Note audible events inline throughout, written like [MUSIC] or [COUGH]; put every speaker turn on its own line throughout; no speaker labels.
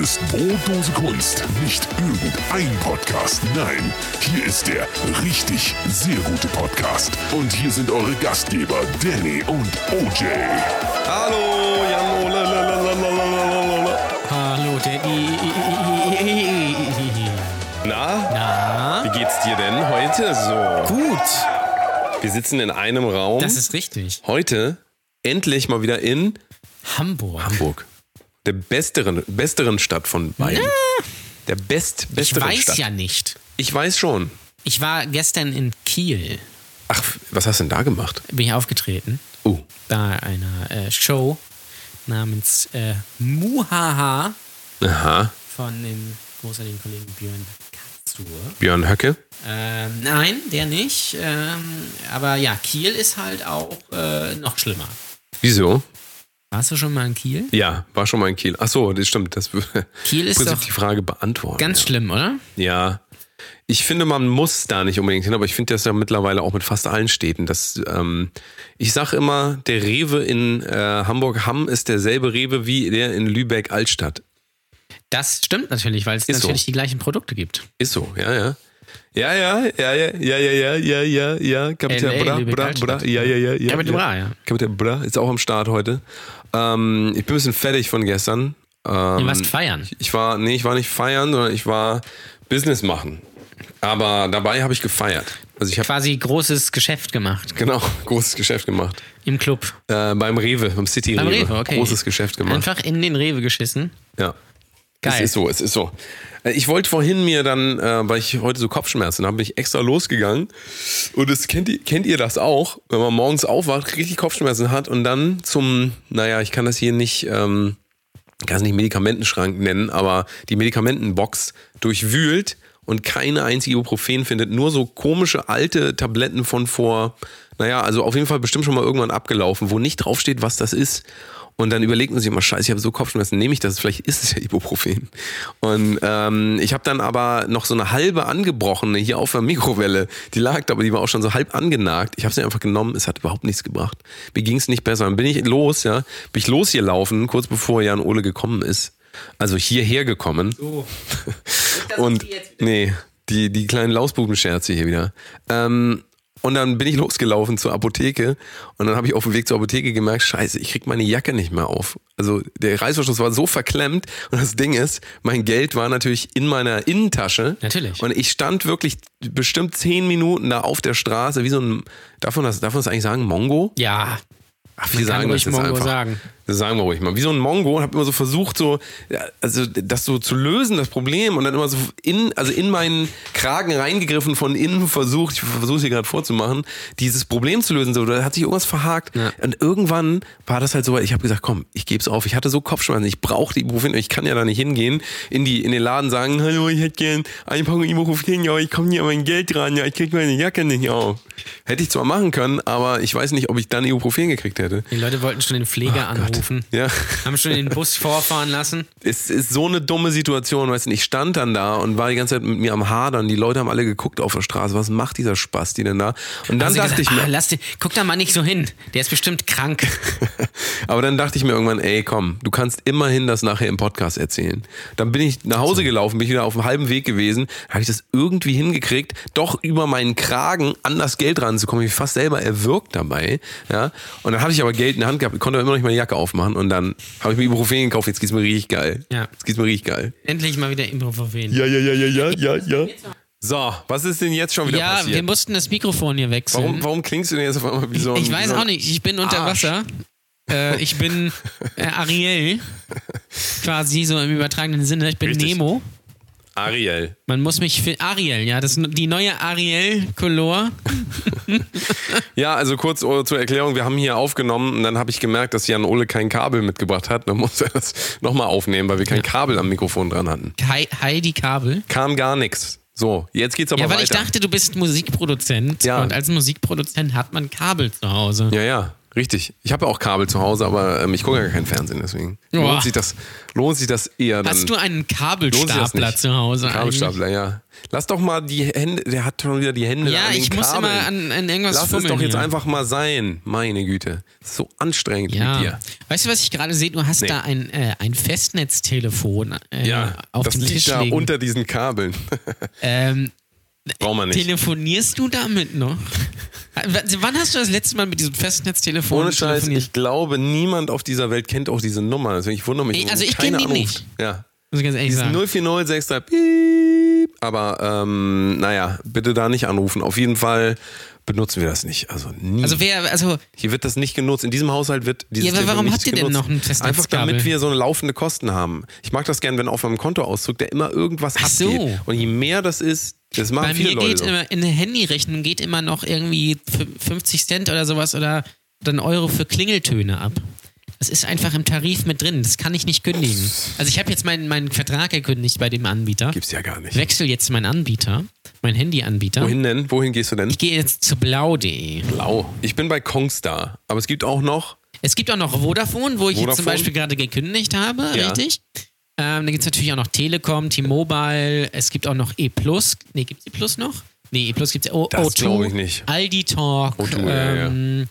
ist Brotdose Kunst. Nicht irgendein Podcast, nein. Hier ist der richtig sehr gute Podcast. Und hier sind eure Gastgeber Danny und OJ.
Hallo, Jan Ole, lalalalalalala.
Hallo, Daddy.
Na,
Na?
wie geht's dir denn heute so?
Gut.
Wir sitzen in einem Raum.
Das ist richtig.
heute endlich mal wieder in
Hamburg.
Hamburg. Der besteren, besteren Stadt von Bayern. Der best,
Ich
besteren
weiß
Stadt.
ja nicht.
Ich weiß schon.
Ich war gestern in Kiel,
Ach, was hast du denn da gemacht?
bin ich aufgetreten,
Oh,
bei einer äh, Show namens äh, Muhaha
aha.
von dem großartigen Kollegen Björn Katzur.
Björn Höcke.
Ähm, nein, der nicht. Ähm, aber ja, Kiel ist halt auch äh, noch schlimmer.
Wieso?
Warst du schon mal in Kiel?
Ja, war schon mal in Kiel. Ach so, das stimmt. Das [LAUGHS] würde
Kiel ist
positiv
doch
die Frage beantworten.
ganz
ja.
schlimm, oder?
Ja. Ich finde, man muss da nicht unbedingt hin, aber ich finde das ja mittlerweile auch mit fast allen Städten. Dass, ähm, ich sage immer, der Rewe in äh, Hamburg-Hamm ist derselbe Rewe wie der in Lübeck-Altstadt.
Das stimmt natürlich, weil es
Ist so.
natürlich die gleichen Produkte gibt.
Ist so, ja, ja. Ja, ja, ja, ja, ja, ja, ja, ja, ja, ja. Kapitän Bra,
LA,
Bra,
Lübeck-Altstadt.
Bra, ja, ja, ja, ja.
Kapitän Bra, ja.
Kapitän Bra ist auch am Start heute. Ähm, ich bin ein bisschen fertig von gestern. Ähm,
Du warst feiern.
Ich war, nee, ich war nicht feiern, sondern ich war Business machen. Aber dabei habe ich gefeiert. Also ich habe
Quasi großes Geschäft gemacht
genau großes Geschäft gemacht.
im Club.
Äh, beim Rewe, beim City
Beim
Rewe.
Rewe, okay.
Großes Geschäft gemacht.
Einfach in den Rewe geschissen.
Ja.
Geil.
Es ist so, es ist so. Äh, Ich wollte vorhin mir dann, äh, weil ich heute so Kopfschmerzen habe, bin ich extra losgegangen. Und das kennt, ihr- kennt ihr das auch, wenn man morgens aufwacht, richtig Kopfschmerzen hat und dann zum, naja, ich kann das hier nicht, ähm, kann es nicht Medikamentenschrank nennen, aber die Medikamentenbox durchwühlt und keine einzige Ibuprofen findet, nur so komische alte Tabletten von vor, naja, also auf jeden Fall bestimmt schon mal irgendwann abgelaufen, wo nicht draufsteht, was das ist. Und dann überlegt man sich immer, scheiße, ich habe so Kopfschmerzen, nehme ich das, vielleicht ist es ja Ibuprofen. Und ähm, ich habe dann aber noch so eine halbe angebrochene hier auf der Mikrowelle, die lag da, aber die war auch schon so halb angenagt. Ich habe sie einfach genommen, es hat überhaupt nichts gebracht. Mir ging es nicht besser. Dann bin ich los, ja, bin ich losgelaufen, kurz bevor Jan Ole gekommen ist. Also hierher gekommen. Und nee, die, die kleinen Lausbubenscherze hier wieder. Ähm, und dann bin ich losgelaufen zur Apotheke und dann habe ich auf dem Weg zur Apotheke gemerkt, scheiße, ich krieg meine Jacke nicht mehr auf. Also der Reißverschluss war so verklemmt und das Ding ist, mein Geld war natürlich in meiner Innentasche.
Natürlich.
Und ich stand wirklich bestimmt zehn Minuten da auf der Straße, wie so ein, darf man das, darf man das eigentlich sagen, Mongo?
Ja,
Ach,
Man
wir
kann
sagen
ruhig
das jetzt
Mongo
einfach.
sagen.
Das sagen wir ruhig mal. Wie so ein Mongo und habe immer so versucht, so, ja, also das so zu lösen, das Problem. Und dann immer so in, also in meinen Kragen reingegriffen, von innen versucht, ich versuche es hier gerade vorzumachen, dieses Problem zu lösen. So, da hat sich irgendwas verhakt.
Ja.
Und irgendwann war das halt so, ich habe gesagt, komm, ich gebe es auf. Ich hatte so Kopfschmerzen, ich brauche die Ibuprofen, ich kann ja da nicht hingehen, in, die, in den Laden sagen, hallo, ich hätte gern eine Packung Ibuprofen, ja, aber ich komme nicht an mein Geld ran, ja, ich krieg meine Jacke nicht auf. Hätte ich zwar machen können, aber ich weiß nicht, ob ich dann Ibuprofen gekriegt hätte.
die Leute wollten schon den Pfleger anrufen.
Oh Ja.
Haben schon den Bus vorfahren lassen.
es ist so eine dumme Situation, weißt du, ich stand dann da und war die ganze Zeit mit mir am Hadern, die Leute haben alle geguckt auf der Straße, was macht dieser Spaß, die denn da? Und dann
Haben sie
dachte ich
gesagt, ah,
mir,
lass den, guck da mal nicht so hin. Der ist bestimmt krank. "Ah,
[LAUGHS] aber dann dachte ich mir irgendwann, ey, komm, du kannst immerhin das nachher im Podcast erzählen. Dann bin ich nach Hause gelaufen, bin ich wieder auf dem halben Weg gewesen, habe ich das irgendwie hingekriegt, doch über meinen Kragen an das Geld ranzukommen, ich bin fast selber erwürgt dabei, ja. Und dann hatte ich aber Geld in der Hand gehabt, ich konnte aber immer noch nicht meine Jacke aufmachen und dann habe ich mir Ibuprofen gekauft, jetzt geht's mir richtig geil.
Ja.
Jetzt geht's mir richtig geil.
Endlich mal wieder Improvisationen.
Ja, ja, ja, ja, ja, ja, ja. So, was ist denn jetzt schon wieder
Ja, wir
passiert?
mussten das Mikrofon hier wechseln.
Warum, warum klingst du denn jetzt auf einmal wie so ein
Ich
wie
weiß
so ein-
auch nicht, ich bin unter
Arsch.
Wasser. Äh, ich bin äh,
[LAUGHS]
Ariel. Quasi so im übertragenen Sinne. Ich bin
Richtig.
Nemo.
Ariel.
Man muss mich für Ariel, ja, das die neue Ariel Color.
Ja, also kurz äh, zur Erklärung, wir haben hier aufgenommen und dann habe ich gemerkt, dass Jan Ole kein Kabel mitgebracht hat. Dann musste er das nochmal aufnehmen, weil wir kein Kabel am Mikrofon dran hatten.
Hei- Heidi Kabel.
Kam gar nichts. So, jetzt geht's aber
Ja, weil
weiter.
ich dachte, du bist Musikproduzent
Ja.
und als Musikproduzent hat man Kabel zu Hause.
ja, ja. Richtig. Ich habe ja auch Kabel zu Hause, aber ähm, ich gucke ja kein Fernsehen, deswegen
Boah.
lohnt sich, das, lohnt sich das eher dann.
Hast du einen
lohnt sich das
Kabelstapler
nicht.
zu Hause?
Ein Kabelstapler, ja. Lass doch mal die Hände, der hat schon wieder die Hände
Ja,
an den
ich muss
Kabeln.
immer an- an irgendwas
Lass es
fummeln
doch jetzt
hier.
einfach mal sein, meine Güte. Das ist so anstrengend
Ja.
mit dir.
Weißt du, was ich gerade sehe? Du hast da ein, äh, ein Festnetztelefon äh,
Ja,
auf
das
dem
liegt
Tisch
da
liegen.
unter diesen Kabeln. [LAUGHS]
ähm,
Braucht man nicht.
telefonierst du damit noch? [LAUGHS] W- Wann hast du das letzte Mal mit diesem Festnetztelefon
Ohne Scheiß,
telefoniert?
ich glaube, niemand auf dieser Welt kennt auch diese Nummer. Deswegen ich wundere mich,
Ey,
warum
also ich
keiner
kenn die
anruft.
nicht.
Ja.
Muss ich ganz ehrlich sagen.
0406 piep. Aber ähm, naja, bitte da nicht anrufen. Auf jeden Fall benutzen wir das nicht. Also nie.
Also wer, also
Hier wird das nicht genutzt. In diesem Haushalt wird dieses
Ja, aber
Telefon
warum
nicht
habt ihr denn
genutzt.
noch ein Festnetzkabel?
Einfach damit wir so eine laufende Kosten haben. Ich mag das gern, wenn auf meinem Kontoauszug der immer irgendwas
Ach so.
abgeht. Und je mehr das ist, das machen
bei
Ah, viele
mir
Leute.
geht
so.
immer in der Handyrechnung geht immer noch irgendwie fü- 50 Cent oder sowas oder dann Euro für Klingeltöne ab. Das ist einfach im Tarif mit drin. Das kann ich nicht kündigen. Also ich habe jetzt meinen, meinen Vertrag gekündigt bei dem Anbieter.
Gibt's ja gar nicht.
Wechsel jetzt meinen Anbieter, meinen Handyanbieter.
Wohin denn? Wohin gehst du denn?
Ich gehe jetzt zu blau.de.
Blau. Ich bin bei Kongstar. Aber es gibt auch noch
Es gibt auch noch Vodafone, wo ich jetzt zum
Vodafone?
Beispiel gerade gekündigt habe,
Ja.
richtig? Ähm, dann gibt es natürlich auch noch Telekom, T-Mobile, es gibt auch noch E+. Nee, gibt es E+, Plus noch? Nee, E+, gibt es O2,
Das glaub ich nicht.
Aldi Talk
O2, ja, ja.
ähm,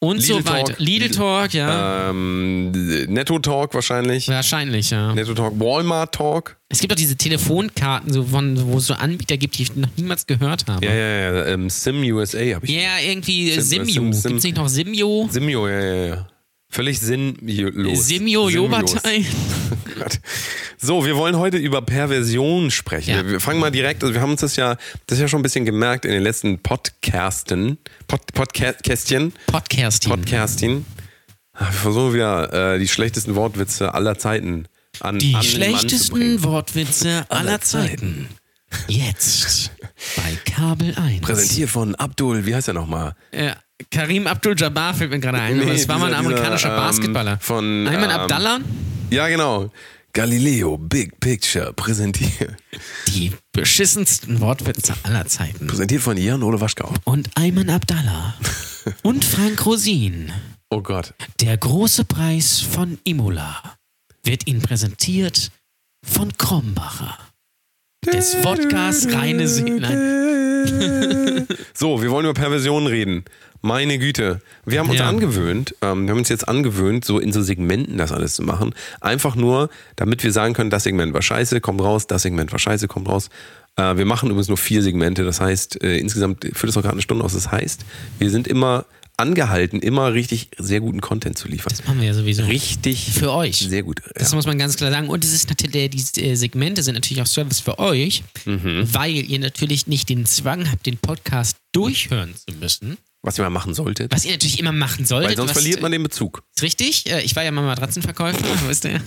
und
Lidl
so weiter.
Talk.
Lidl
Lidl.
Talk, ja,
ähm, Netto Talk wahrscheinlich.
wahrscheinlich, ja.
Netto Talk, Walmart Talk.
Es gibt auch diese Telefonkarten, so von, wo es so Anbieter gibt, die ich noch niemals gehört habe.
Ja,
Ja,
ja, ja. Ähm, Sim USA habe ich.
irgendwie äh,
Sim-
Simio.
Sim- Sim-
Gibt es nicht noch Simio?
Simio, ja, ja, ja. Völlig sinnlos.
Simio Jobatei?
[LAUGHS] Gott. So, wir wollen heute über Perversion sprechen.
Ja.
Wir, wir fangen mal direkt, also wir haben uns das ja, das ja schon ein bisschen gemerkt in den letzten Podcasten, Pod, Podcastchen,
Podcast.
Podcastin. Ah, Wir versuchen wieder äh, die schlechtesten Wortwitze aller Zeiten an an den
Die
Mann zu bringen. [LAUGHS]
schlechtesten Wortwitze aller Zeiten. Jetzt bei Kabel 1.
Präsentiert von Abdul, wie heißt er nochmal?
Äh, Karim Abdul-Jabbar fällt mir gerade ein, aber
Nee,
es war mal ein
dieser-
amerikanischer
dieser, ähm,
Basketballer.
von,
Ayman
ähm,
Abdallah,
Ja, genau. Galileo Big Picture präsentiert.
die beschissensten Wortwitze aller Zeiten.
Präsentiert von Jan Ole Waschkau.
Und
[LAUGHS]
Ayman Abdallah und Frank Rosin.
Oh Gott.
Der große Preis von Imola wird Ihnen präsentiert von Krombacher. Des Wodkas reine Seele.
so, wir wollen über Perversionen reden. Meine Güte. Wir haben uns
Ja.
angewöhnt, ähm, wir haben uns jetzt angewöhnt, so in so Segmenten das alles zu machen. Einfach nur, damit wir sagen können, das Segment war scheiße, kommt raus, das Segment war scheiße, kommt raus. Äh, wir machen übrigens nur vier Segmente, das heißt, äh, insgesamt führt es noch gerade eine Stunde aus. Das heißt, wir sind immer angehalten, immer richtig sehr guten Content zu liefern.
Haben wir ja sowieso.
Richtig.
Für euch.
Sehr gut.
Das muss man ganz klar sagen. Und es ist natürlich, der- die äh, Segmente sind natürlich auch Service für euch,
Mhm.
weil ihr natürlich nicht den Zwang habt, den Podcast durchhören zu müssen.
Was ihr mal machen solltet.
Was ihr natürlich immer machen solltet.
Weil sonst
was,
verliert man den Bezug.
Ist richtig. Äh, ich war ja mal Matratzenverkäufer, [LAUGHS] wisst ihr.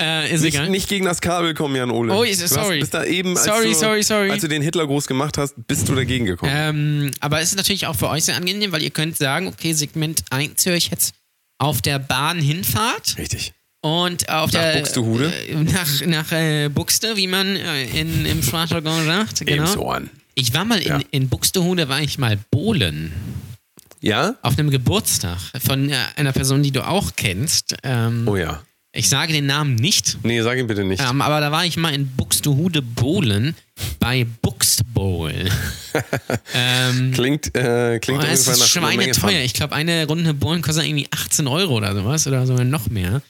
Äh, ist
Nicht,
egal.
nicht gegen das Kabel kommen, Jan Ole.
Oh, ich-
Du
sorry.
Hast, bist da eben, als
Sorry,
du,
sorry, sorry.
Als du den Hitlergruß gemacht hast, bist du dagegen gekommen.
Ähm, aber es ist natürlich auch für euch sehr angenehm, weil ihr könnt sagen, okay, Segment 1 höre ich jetzt auf der Bahnhinfahrt
Richtig.
und auf
Nach
der
Buxtehude?
äh, nach, nach äh, Buxte, wie man äh, in, im Sprachjargon sagt. Genau.
Ebenso an.
Ich war mal in,
Ja.
in Buxtehude, war ich mal Bohlen.
Ja?
Auf einem Geburtstag von äh, einer Person, die du auch kennst. Ähm,
Oh ja.
Ich sage den Namen nicht,
Nee, sag ihm bitte nicht.
ähm, aber da war ich mal in Buxtehude Bohlen bei Buxtbowl. ähm,
Klingt, äh, klingt
oh,
auf jeden
es
Fall
ist
nach einer Menge
schweineteuer. Ich glaube, eine Runde Bohlen kostet irgendwie 18 Euro oder sowas oder sogar noch mehr.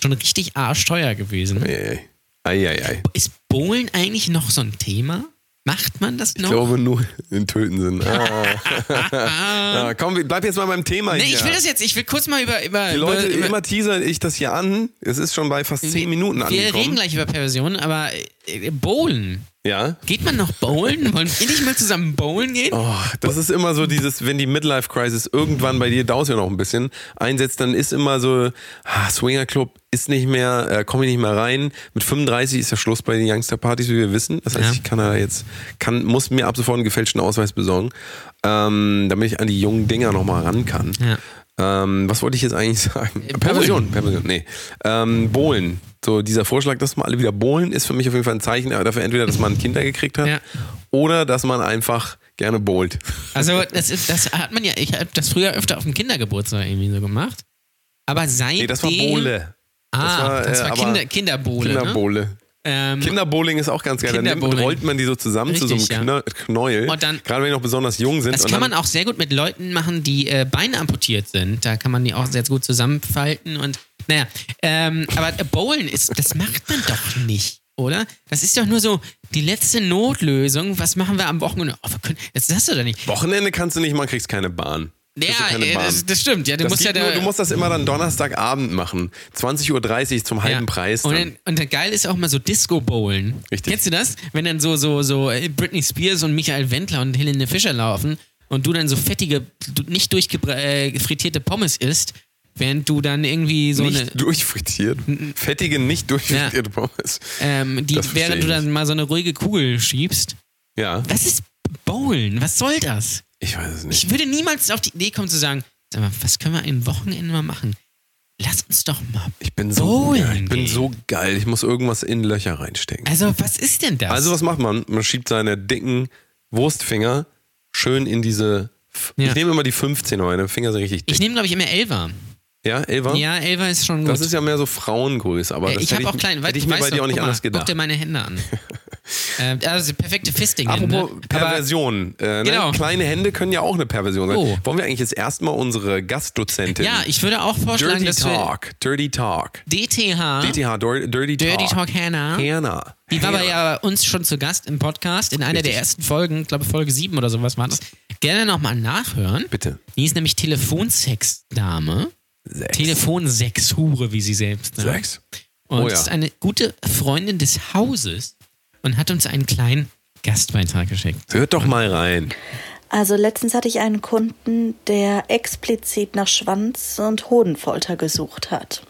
Schon richtig arschteuer gewesen.
Eieiei. Eieiei.
Ist Bohlen eigentlich noch so ein Thema? Macht man das noch?
Ich glaube nur im Töten-Sinn.
[LAUGHS]
Ah. ah, komm, wir- bleib jetzt mal beim Thema
nee,
hier.
ich will das jetzt, ich will kurz mal über. über
Die Leute,
über, über
immer teasern ich das hier an. Es ist schon bei fast zehn Minuten
Wir reden
angekommen.
gleich über Perversion, aber äh, Bowlen.
ja?
Geht man noch bowlen? Wollen wir nicht mal zusammen bowlen gehen?
Oh, das ist immer so dieses, wenn die Midlife-Crisis irgendwann bei dir, dauert ja noch ein bisschen, einsetzt, dann ist immer so, ah, Swingerclub ist nicht mehr, äh, komme ich nicht mehr rein. Mit 35 ist ja Schluss bei den Youngster-Partys, wie wir wissen. Das heißt,
Ja.
ich kann da jetzt, kann, muss mir ab sofort einen gefälschten Ausweis besorgen, ähm, damit ich an die jungen Dinger nochmal ran kann.
Ja. Äh,
Ähm, was wollte ich jetzt eigentlich sagen? Perversion, Perversion, nee. Ähm, Bohlen. So, dieser Vorschlag, dass mal alle wieder bohlen, ist für mich auf jeden Fall ein Zeichen dafür, entweder, dass man Kinder gekriegt hat
Ja.
oder dass man einfach Gerne bold.
Also das, ist, das hat man ja, ich habe das früher öfter auf dem Kindergeburtstag irgendwie so gemacht. Aber seitdem...
Nee, das war Bowle.
Ah, das war,
war, äh, aber
Kinder, Kinderbohle. Ne?
Kinderbowle.
Ähm,
Kinderbowling ist auch ganz geil. Dann nimmt, und
Kinderbowling.
rollt man die so zusammen zu so
Richtig,
einem Kno- Knäuel.
Und dann-
Gerade wenn die noch besonders jung sind.
das
und
kann
dann,
man auch sehr gut mit Leuten machen, die äh, Beine amputiert sind. Da kann man die auch sehr gut zusammenfalten und naja. Ähm, aber äh, Bowlen ist, das macht man doch nicht, oder? Das ist doch nur so die letzte Notlösung. Was machen wir am Wochenende? Oh, wir können, das hast du doch nicht.
Wochenende kannst du nicht machen, kriegst keine Bahn.
Ja,
Kriegst du keine
äh,
Bahn.
das, das stimmt. Ja, du
Das
musst ja
geht
da,
nur, du musst das immer dann Donnerstagabend machen. 20.30 Uhr zum halben Preis.
Und,
dann.
dann, und dann geil ist auch mal so Disco-Bowlen.
Richtig.
Kennst du das? Wenn dann so, so, so äh, Britney Spears und Michael Wendler und Helene Fischer laufen und du dann so fettige, du- nicht durchgefrittierte äh, frittierte Pommes isst, während du dann irgendwie so eine.
nicht durchfrittiert. Fettige, nicht durchfrittierte Pommes.
Ähm, die,
Das verstehe
während du
ich
dann mal so eine ruhige Kugel schiebst.
Ja,
Was ist Bowlen? Was soll das?
ich weiß es nicht.
Ich würde niemals auf die Idee kommen zu sagen, sag mal, was können wir ein Wochenende mal machen? Lass uns doch mal.
Ich bin so,
Bowlen
ja, ich bin
gehen.
so geil. Ich muss irgendwas in Löcher reinstecken.
Also, was ist denn das?
Also was macht man? Man schiebt seine dicken Wurstfinger schön in diese. F-
Ja.
Ich nehme immer die 15er, meine Finger sind richtig dick.
ich nehme, glaube ich, immer Elva.
ja, Elva?
Ja, Elva ist schon gut.
Das ist ja mehr so Frauengröße, aber
Äh,
das
ich
hätte
habe auch klein,
hätte ich mir
weißt
bei
du,
dir auch nicht
guck
anders
mal, Guck
gedacht.
dir meine Hände
[LAUGHS]
an. ähm, also perfekte Fisting-Hände.
Apropos
Aber
Perversion. Äh,
Genau.
ne? Kleine Hände können ja auch eine Perversion sein.
Oh.
Wollen wir eigentlich jetzt erstmal unsere Gastdozentin
ja, ich würde auch vorschlagen,
Dirty
dass wir
Talk, Dirty Talk,
DTH,
DTH, Dir- Dirty,
Dirty
Talk,
Talk Hannah,
Hannah.
die war aber ja bei uns schon zu Gast im Podcast, in einer
Richtig.
der ersten Folgen, ich glaube Folge 7 oder sowas war das. Gerne nochmal nachhören.
Bitte.
Die ist nämlich Telefonsex-Dame.
Sex.
Telefonsex-Hure, wie sie selbst sagt.
Sex?
Und
Oh ja.
ist eine gute Freundin des Hauses und hat uns einen kleinen Gastbeitrag geschickt.
Hört doch mal rein.
Also letztens hatte ich einen Kunden, der explizit nach Schwanz- und Hodenfolter gesucht hat.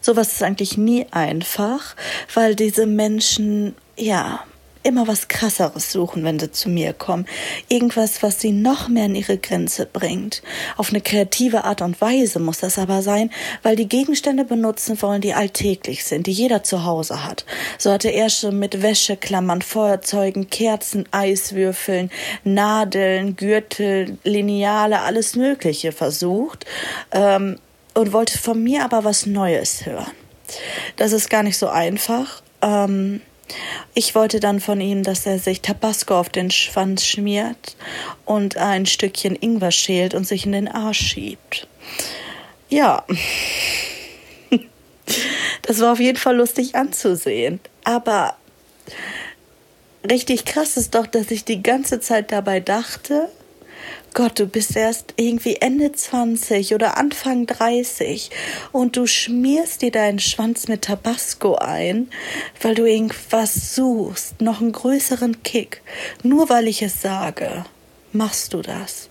Sowas ist eigentlich nie einfach, weil diese Menschen, ja, immer was Krasseres suchen, wenn sie zu mir kommen. Irgendwas, was sie noch mehr an ihre Grenze bringt. Auf eine kreative Art und Weise muss das aber sein, weil die Gegenstände benutzen wollen, die alltäglich sind, die jeder zu Hause hat. So hatte er schon mit Wäscheklammern, Feuerzeugen, Kerzen, Eiswürfeln, Nadeln, Gürtel, Lineale, alles Mögliche versucht ähm, und wollte von mir aber was Neues hören. Das ist gar nicht so einfach. Ähm, ich wollte dann von ihm, dass er sich Tabasco auf den Schwanz schmiert und ein Stückchen Ingwer schält und sich in den Arsch schiebt. Ja. Das war auf jeden Fall lustig anzusehen. Aber richtig krass ist doch, dass ich die ganze Zeit dabei dachte, Gott, du bist erst irgendwie Ende 20 oder Anfang 30 und du schmierst dir deinen Schwanz mit Tabasco ein, weil du irgendwas suchst, noch einen größeren Kick. Nur weil ich es sage, machst du das.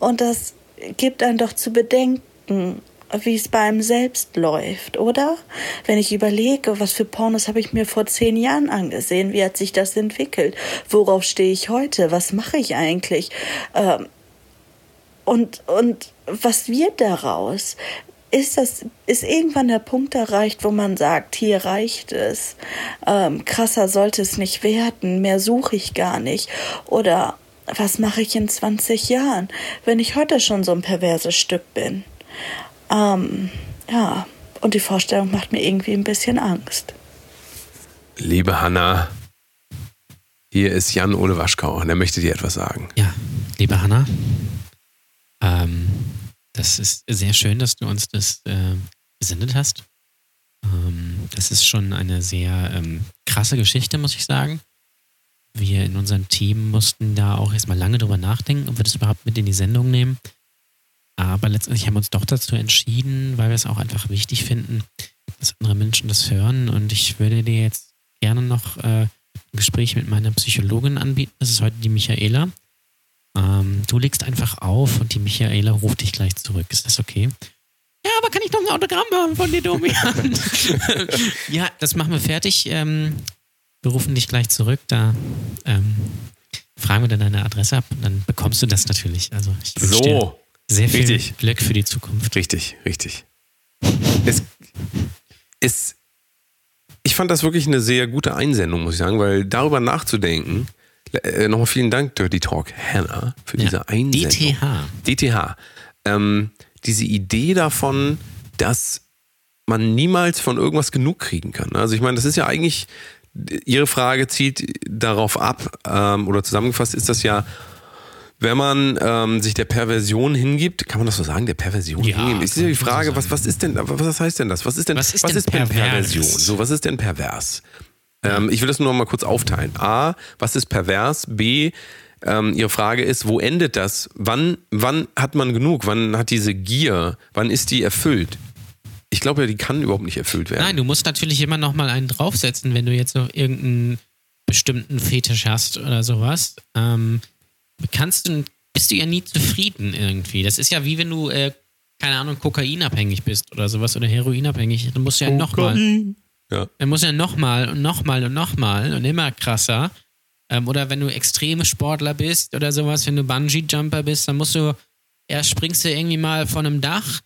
Und das gibt einem doch zu bedenken, wie es bei einem selbst läuft, oder? Wenn ich überlege, was für Pornos habe ich mir vor zehn Jahren angesehen, wie hat sich das entwickelt, worauf stehe ich heute, was mache ich eigentlich ähm, und, und was wird daraus? Ist, das, ist irgendwann der Punkt erreicht, wo man sagt, hier reicht es, ähm, krasser sollte es nicht werden, mehr suche ich gar nicht oder was mache ich in 20 Jahren, wenn ich heute schon so ein perverses Stück bin? Ähm, ja, und die Vorstellung macht mir irgendwie ein bisschen Angst.
Liebe Hanna, hier ist Jan Ole Waschkau und er möchte dir etwas sagen.
Ja, liebe Hanna, ähm, das ist sehr schön, dass du uns das äh, gesendet hast. Ähm, das ist schon eine sehr ähm, krasse Geschichte, muss ich sagen. Wir in unserem Team mussten da auch erstmal lange drüber nachdenken, ob wir das überhaupt mit in die Sendung nehmen. Aber letztendlich haben wir uns doch dazu entschieden, weil wir es auch einfach wichtig finden, dass andere Menschen das hören. Und ich würde dir jetzt gerne noch äh, ein Gespräch mit meiner Psychologin anbieten. Das ist heute die Michaela. Ähm, du legst einfach auf und die Michaela ruft dich gleich zurück. Ist das okay? Ja, aber kann ich noch ein Autogramm haben von dir, Domian? [LAUGHS] ja, das machen wir fertig. Ähm, wir rufen dich gleich zurück. Da ähm, fragen wir dann deine Adresse ab und dann bekommst du das natürlich. Also ich wünsche dir
So,
sehr viel
Richtig.
Glück für die Zukunft.
richtig, richtig. Es ist, ich fand das wirklich eine sehr gute Einsendung, muss ich sagen, weil darüber nachzudenken, Äh, Nochmal vielen Dank, Dirty Talk, Hannah, für
Ja.
diese Einsendung.
DTH.
DTH. Ähm, diese Idee davon, dass man niemals von irgendwas genug kriegen kann. Also ich meine, das ist ja eigentlich, Ihre Frage zieht darauf ab, ähm, oder zusammengefasst ist das ja, wenn man ähm, sich der Perversion hingibt, kann man das so sagen, der Perversion
Ja,
hingibt? Ist ja die
kann man so
Frage,
sagen.
was, was ist denn, was heißt denn das? Was ist denn,
Was ist denn pervers?
Perversion? So, was ist denn pervers? Ähm, ich will das nur noch mal kurz aufteilen. A, was ist pervers? B, ähm, Ihre Frage ist, wo endet das? Wann, wann hat man genug? Wann hat diese Gier, wann ist die erfüllt? Ich glaube ja, die kann überhaupt nicht erfüllt werden.
Nein, du musst natürlich immer noch mal einen draufsetzen, wenn du jetzt noch irgendeinen bestimmten Fetisch hast oder sowas. Ähm, kannst du, bist du ja nie zufrieden irgendwie. Das ist ja wie wenn du, äh, keine Ahnung, kokainabhängig bist oder sowas oder heroinabhängig. Dann musst du ja nochmal.
Ja.
Dann musst du ja nochmal und nochmal und nochmal und immer krasser. Ähm, oder wenn du extreme Sportler bist oder sowas, wenn du Bungee-Jumper bist, dann musst du, erst springst du irgendwie mal von einem Dach,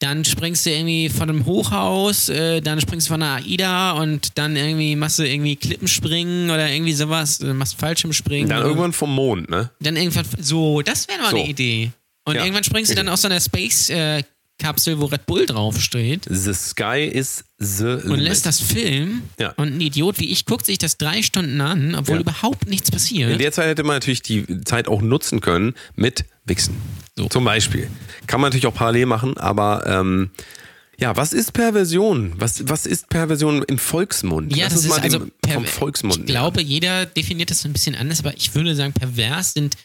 dann springst du irgendwie von einem Hochhaus, äh, dann springst du von einer AIDA und dann irgendwie machst du irgendwie Klippenspringen oder irgendwie sowas, äh, machst Fallschirmspringen.
Dann irgendwann vom Mond, ne?
Dann irgendwann, so, das wäre mal
So.
eine Idee. Und
Ja.
irgendwann springst du dann aus so einer Space-Kapsel, wo Red Bull draufsteht
The sky is the
und
limit.
lässt das filmen
Ja.
und ein Idiot wie ich guckt sich das drei Stunden an, obwohl
Ja.
überhaupt nichts
In
passiert.
der Zeit hätte man natürlich die Zeit auch nutzen können mit Wichsen.
So.
Zum Beispiel. Kann man natürlich auch parallel machen, aber ähm, ja, was ist Perversion? Was, was ist Perversion im Volksmund?
Ja,
Lass uns
das ist
mal
also
dem,
per-
vom Volksmund.
Ich glaube, jeder definiert das ein bisschen anders, aber ich würde sagen, pervers sind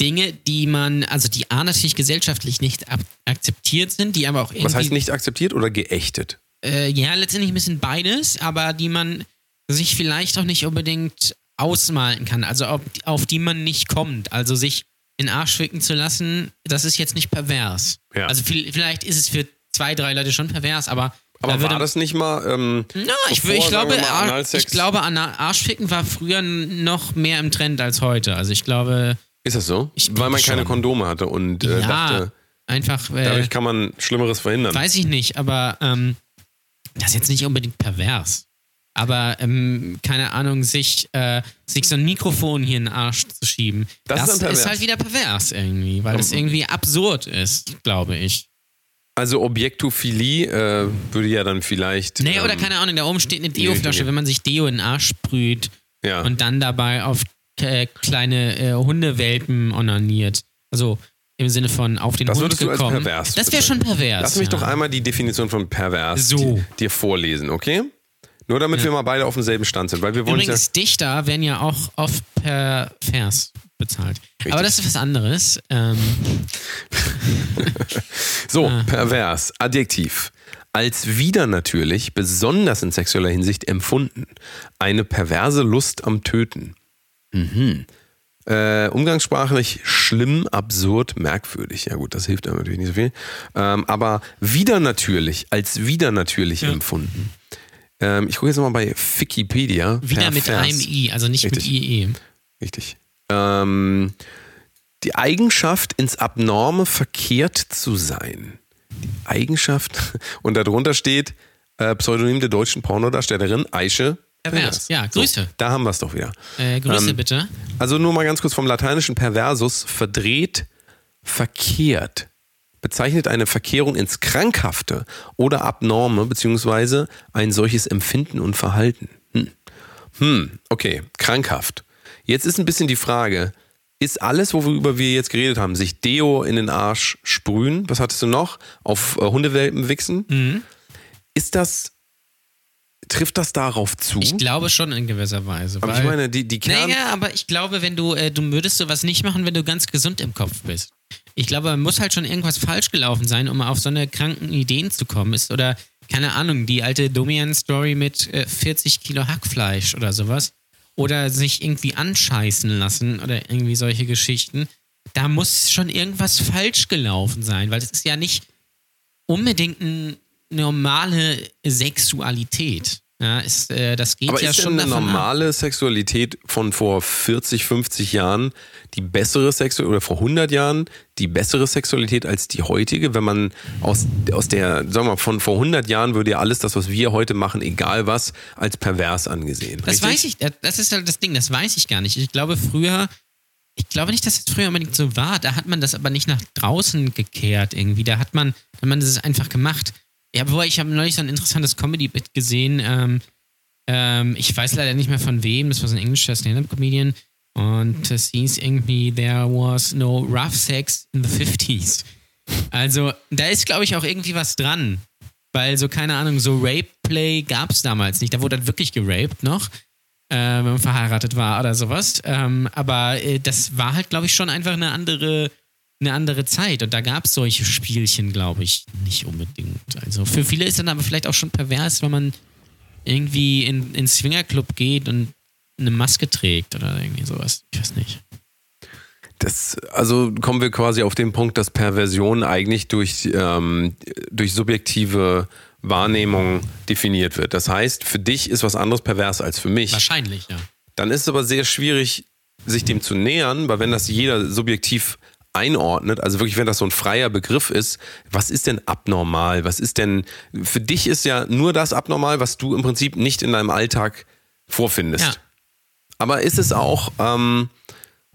Dinge, die man, also die A natürlich gesellschaftlich nicht ab akzeptiert sind, die aber auch irgendwie.
was heißt nicht akzeptiert oder geächtet?
Äh, ja, letztendlich ein bisschen beides, aber die man sich vielleicht auch nicht unbedingt ausmalen kann. Also auf, auf die man nicht kommt. Also sich in den Arsch ficken zu lassen, das ist jetzt nicht pervers.
Ja.
Also viel, vielleicht ist es für zwei, drei Leute schon pervers, aber.
Aber
da würde-
war das nicht mal. Ähm,
na, ich,
bevor,
ich glaube,
sagen wir mal,
Ar-
Analsex-
ich glaube, Ana- Arschficken war früher n- noch mehr im Trend als heute. Also ich glaube,
Ist das so?
Ich
Weil man
denke
keine
schon.
Kondome hatte und äh,
ja,
dachte,
einfach, äh,
dadurch kann man Schlimmeres verhindern.
weiß ich nicht, aber ähm, das ist jetzt nicht unbedingt pervers. Aber ähm, keine Ahnung, sich, äh, sich so ein Mikrofon hier in den Arsch zu schieben,
Das ist
das,
dann
ist,
pervers.
halt wieder pervers irgendwie, weil das irgendwie absurd ist, glaube ich.
Also Objektophilie äh, würde ja dann vielleicht.
Nee, oder
ähm,
keine Ahnung, da oben steht eine
die
Deo-Flasche,
Dinge.
wenn man sich Deo in den Arsch sprüht
Ja.
und dann dabei auf äh, kleine äh, Hundewelpen onaniert. Also im Sinne von auf den
Das
Hund
würdest du als
gekommen.
pervers
das wäre schon pervers.
Lass mich
ja.
doch einmal die Definition von pervers
So.
di- dir vorlesen, okay? Nur damit wir mal beide auf demselben Stand sind, weil wir wollen
Übrigens, Dichter werden ja auch oft per Vers bezahlt. Aber das ist was anderes. Ähm,
ja. So, pervers, Adjektiv. Als widernatürlich, besonders in sexueller Hinsicht empfunden. Eine perverse Lust am Töten. Mhm. Äh, umgangssprachlich schlimm, absurd, merkwürdig. Ja, gut, das hilft einem natürlich nicht so viel. Ähm, aber widernatürlich, als widernatürlich empfunden. Ähm, ich gucke jetzt mal bei Wikipedia.
wieder mit
Pervers.
einem I, also nicht
Richtig.
mit IE.
Richtig. Ähm, die Eigenschaft, ins Abnorme verkehrt zu sein. Die Eigenschaft, [LAUGHS] und darunter steht äh, Pseudonym der deutschen Pornodarstellerin Aische.
Pervers. Ja, Grüße.
So, da haben wir es doch wieder.
Äh, Grüße
Ähm,
bitte.
Also nur mal ganz kurz vom lateinischen perversus, verdreht, verkehrt. Bezeichnet eine Verkehrung ins Krankhafte oder Abnorme, beziehungsweise ein solches Empfinden und Verhalten. Hm. hm, okay, krankhaft. Jetzt ist ein bisschen die Frage, ist alles, worüber wir jetzt geredet haben, sich Deo in den Arsch sprühen, was hattest du noch, auf äh, Hundewelpen wichsen,
Mhm.
ist das, trifft das darauf zu?
Ich glaube schon in gewisser Weise.
hm? Aber
weil,
ich meine, die, die Kern...
Naja, aber ich glaube, wenn du, äh, du würdest sowas nicht machen, wenn du ganz gesund im Kopf bist. Ich glaube, man muss halt schon irgendwas falsch gelaufen sein, um auf so eine kranken Ideen zu kommen. Ist, oder, keine Ahnung, die alte Domian-Story mit äh, 40 Kilo Hackfleisch oder sowas. Oder sich irgendwie anscheißen lassen oder irgendwie solche Geschichten. Da muss schon irgendwas falsch gelaufen sein, weil das ist ja nicht unbedingt ein, normale Sexualität. Ja, ist, äh, das geht
Aber
ja
ist
schon
denn eine
davon ab.
normale Sexualität von vor 40, 50 Jahren die bessere Sexualität oder vor 100 Jahren die bessere Sexualität als die heutige? Wenn man aus, aus der, sagen wir mal, von vor 100 Jahren würde ja alles das, was wir heute machen, egal was, als pervers angesehen.
Das weiß ich, das ist halt das Ding, das weiß ich gar nicht. Ich glaube früher, ich glaube nicht, dass es früher unbedingt so war. Da hat man das aber nicht nach draußen gekehrt irgendwie. Da hat man, da hat man das einfach gemacht. Ja, wobei ich habe neulich so ein interessantes Comedy-Bit gesehen. Ähm, ähm, ich weiß leider nicht mehr von wem. Das war so ein englischer Stand-Up-Comedian. Und das hieß irgendwie, there was no rough sex in the 50s. Also, da ist, glaube ich, auch irgendwie was dran. Weil so, keine Ahnung, so Rape-Play gab es damals nicht. Da wurde dann wirklich geraped noch, äh, wenn man verheiratet war oder sowas. Ähm, aber äh, das war halt, glaube ich, schon einfach eine andere, eine andere Zeit. Und da gab es solche Spielchen, glaube ich, nicht unbedingt. Also für viele ist dann aber vielleicht auch schon pervers, wenn man irgendwie in, in einen Swingerclub geht und eine Maske trägt oder irgendwie sowas. Ich weiß nicht.
Das, also kommen wir quasi auf den Punkt, dass Perversion eigentlich durch, ähm, durch subjektive Wahrnehmung definiert wird. Das heißt, für dich ist was anderes pervers als für mich.
Wahrscheinlich, ja.
Dann ist es aber sehr schwierig, sich dem zu nähern, weil wenn das jeder subjektiv einordnet, also wirklich, wenn das so ein freier Begriff ist, was ist denn abnormal? Was ist denn, für dich ist ja nur das abnormal, was du im Prinzip nicht in deinem Alltag vorfindest.
Ja.
Aber ist es auch, ähm,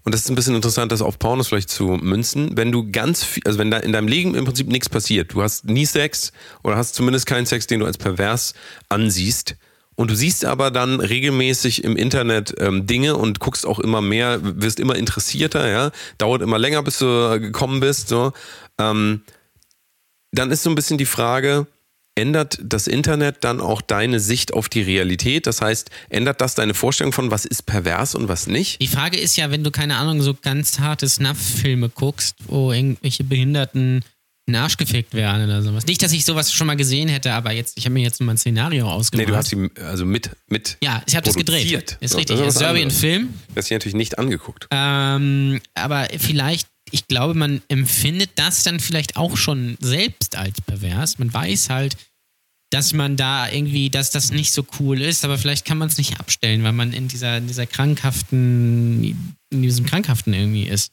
und das ist ein bisschen interessant, das auf Pornos vielleicht zu münzen, wenn du ganz viel, also wenn da in deinem Leben im Prinzip nichts passiert, du hast nie Sex oder hast zumindest keinen Sex, den du als pervers ansiehst. Und du siehst aber dann regelmäßig im Internet ähm, Dinge und guckst auch immer mehr, wirst immer interessierter, ja, dauert immer länger, bis du äh, gekommen bist, so. Ähm, dann ist so ein bisschen die Frage, ändert das Internet dann auch deine Sicht auf die Realität? Das heißt, ändert das deine Vorstellung von, was ist pervers und was nicht?
Die Frage ist ja, wenn du, keine Ahnung, so ganz harte Snuff-Filme guckst, wo irgendwelche Behinderten in den Arsch gefickt werden oder sowas. Nicht, dass ich sowas schon mal gesehen hätte, aber jetzt, ich habe mir jetzt mal ein Szenario ausgemalt.
Nee, du hast die also mit mit
Mhm. ja, ich habe das gedreht.
produziert.
Ist
So,
richtig.
das
Das
ist
ist
was
Serbien
anderes.
Film.
Das hier natürlich nicht angeguckt.
Ähm, aber vielleicht, ich glaube, man empfindet das dann vielleicht auch schon selbst als pervers. Man weiß halt, dass man da irgendwie, dass das nicht so cool ist, aber vielleicht kann man es nicht abstellen, weil man in dieser, in dieser krankhaften, in diesem krankhaften irgendwie ist.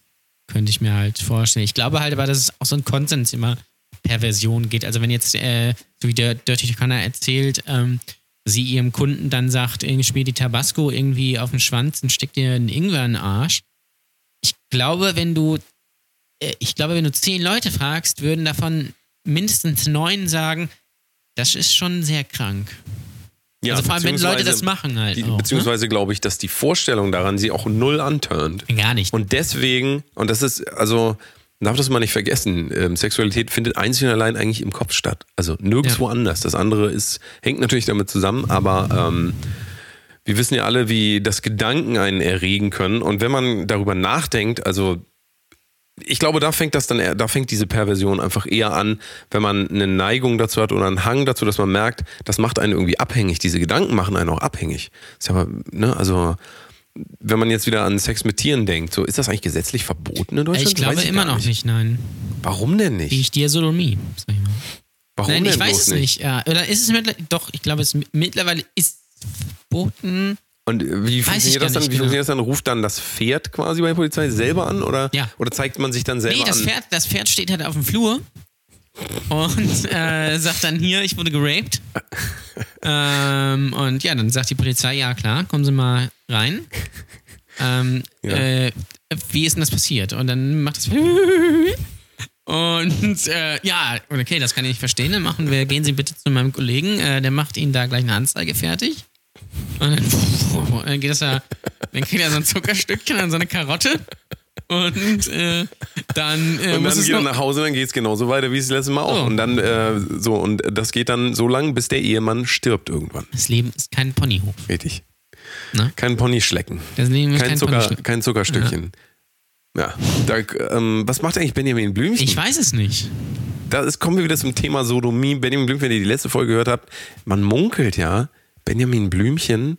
Könnte ich mir halt vorstellen. Ich glaube halt aber, dass es auch so ein Konsens immer Perversion geht. Also wenn jetzt, äh, so wie der Dirty Connor erzählt, ähm, sie ihrem Kunden dann sagt, irgendwie spiel die Tabasco irgendwie auf den Schwanz und steck dir einen Ingwer in den Arsch, ich glaube, wenn du, äh, ich glaube, wenn du zehn Leute fragst, würden davon mindestens neun sagen, das ist schon sehr krank.
Ja,
also vor allem, wenn Leute
beziehungsweise-
das machen halt.
Die,
auch, ne?
beziehungsweise glaube ich, dass die Vorstellung daran sie auch null anturnt.
Gar nicht.
Und deswegen, und das ist, also, darf das mal nicht vergessen, ähm, Sexualität findet einzig und allein eigentlich im Kopf statt. Also nirgendwo
Ja.
anders. Das andere ist, hängt natürlich damit zusammen, aber ähm, wir wissen ja alle, wie das Gedanken einen erregen können. Und wenn man darüber nachdenkt, also ich glaube, da fängt das dann, eher- da fängt diese Perversion einfach eher an, wenn man eine Neigung dazu hat oder einen Hang dazu, dass man merkt, das macht einen irgendwie abhängig. Diese Gedanken machen einen auch abhängig. Ist ja aber, ne, also wenn man jetzt wieder an Sex mit Tieren denkt, so ist das eigentlich gesetzlich verboten in
Äh,
Deutschland?
ich glaube
Weiß
immer
gar
noch nicht, nein.
Warum denn
Wie
nicht?
ich dir Sodomie, sag ich mal.
Warum
nein,
denn
ich weiß
bloß
es nicht. Ja, oder ist es mittlerweile, doch, ich glaube, es mi- mittlerweile ist verboten.
Und äh, wie funktioniert
gar
das dann?
nicht also-
Wie funktioniert das dann? Ruft dann das Pferd quasi bei der Polizei selber an oder,
Ja.
oder zeigt man sich dann selber
Nee, das
an?
Pferd, das Pferd steht halt auf dem Flur und äh, sagt dann hier, ich wurde geraped. ähm, und ja, dann sagt die Polizei, ja klar, kommen Sie mal rein. Ähm,
Ja.
äh, wie ist denn das passiert? Und dann macht
[LAUGHS]
das Pferd und äh, ja, okay, das kann ich nicht verstehen. Dann machen wir, gehen Sie bitte zu meinem Kollegen, äh, der macht Ihnen da gleich eine Anzeige fertig. Und dann, [LAUGHS] dann geht das ja, dann kriegt er so ein Zuckerstückchen an so eine Karotte. Und äh, dann, äh,
Und
muss
dann
es
geht er
noch,
nach Hause, dann geht es genauso weiter, wie es letztes Mal auch.
Oh.
Und dann äh, so, und das geht dann so lang, bis der Ehemann stirbt irgendwann.
Das Leben ist kein Ponyhof.
Richtig.
Na?
Kein Ponyschlecken.
Das Leben ist
Kein,
kein,
Zucker,
Ponyhof.
kein Zuckerstückchen. Ja. Da, ähm, was macht eigentlich Benjamin Blümchen?
Ich weiß es nicht.
Da ist, kommen wir wieder zum Thema Sodomie. Benjamin Blümchen, wenn ihr die letzte Folge gehört habt, man munkelt ja, Benjamin Blümchen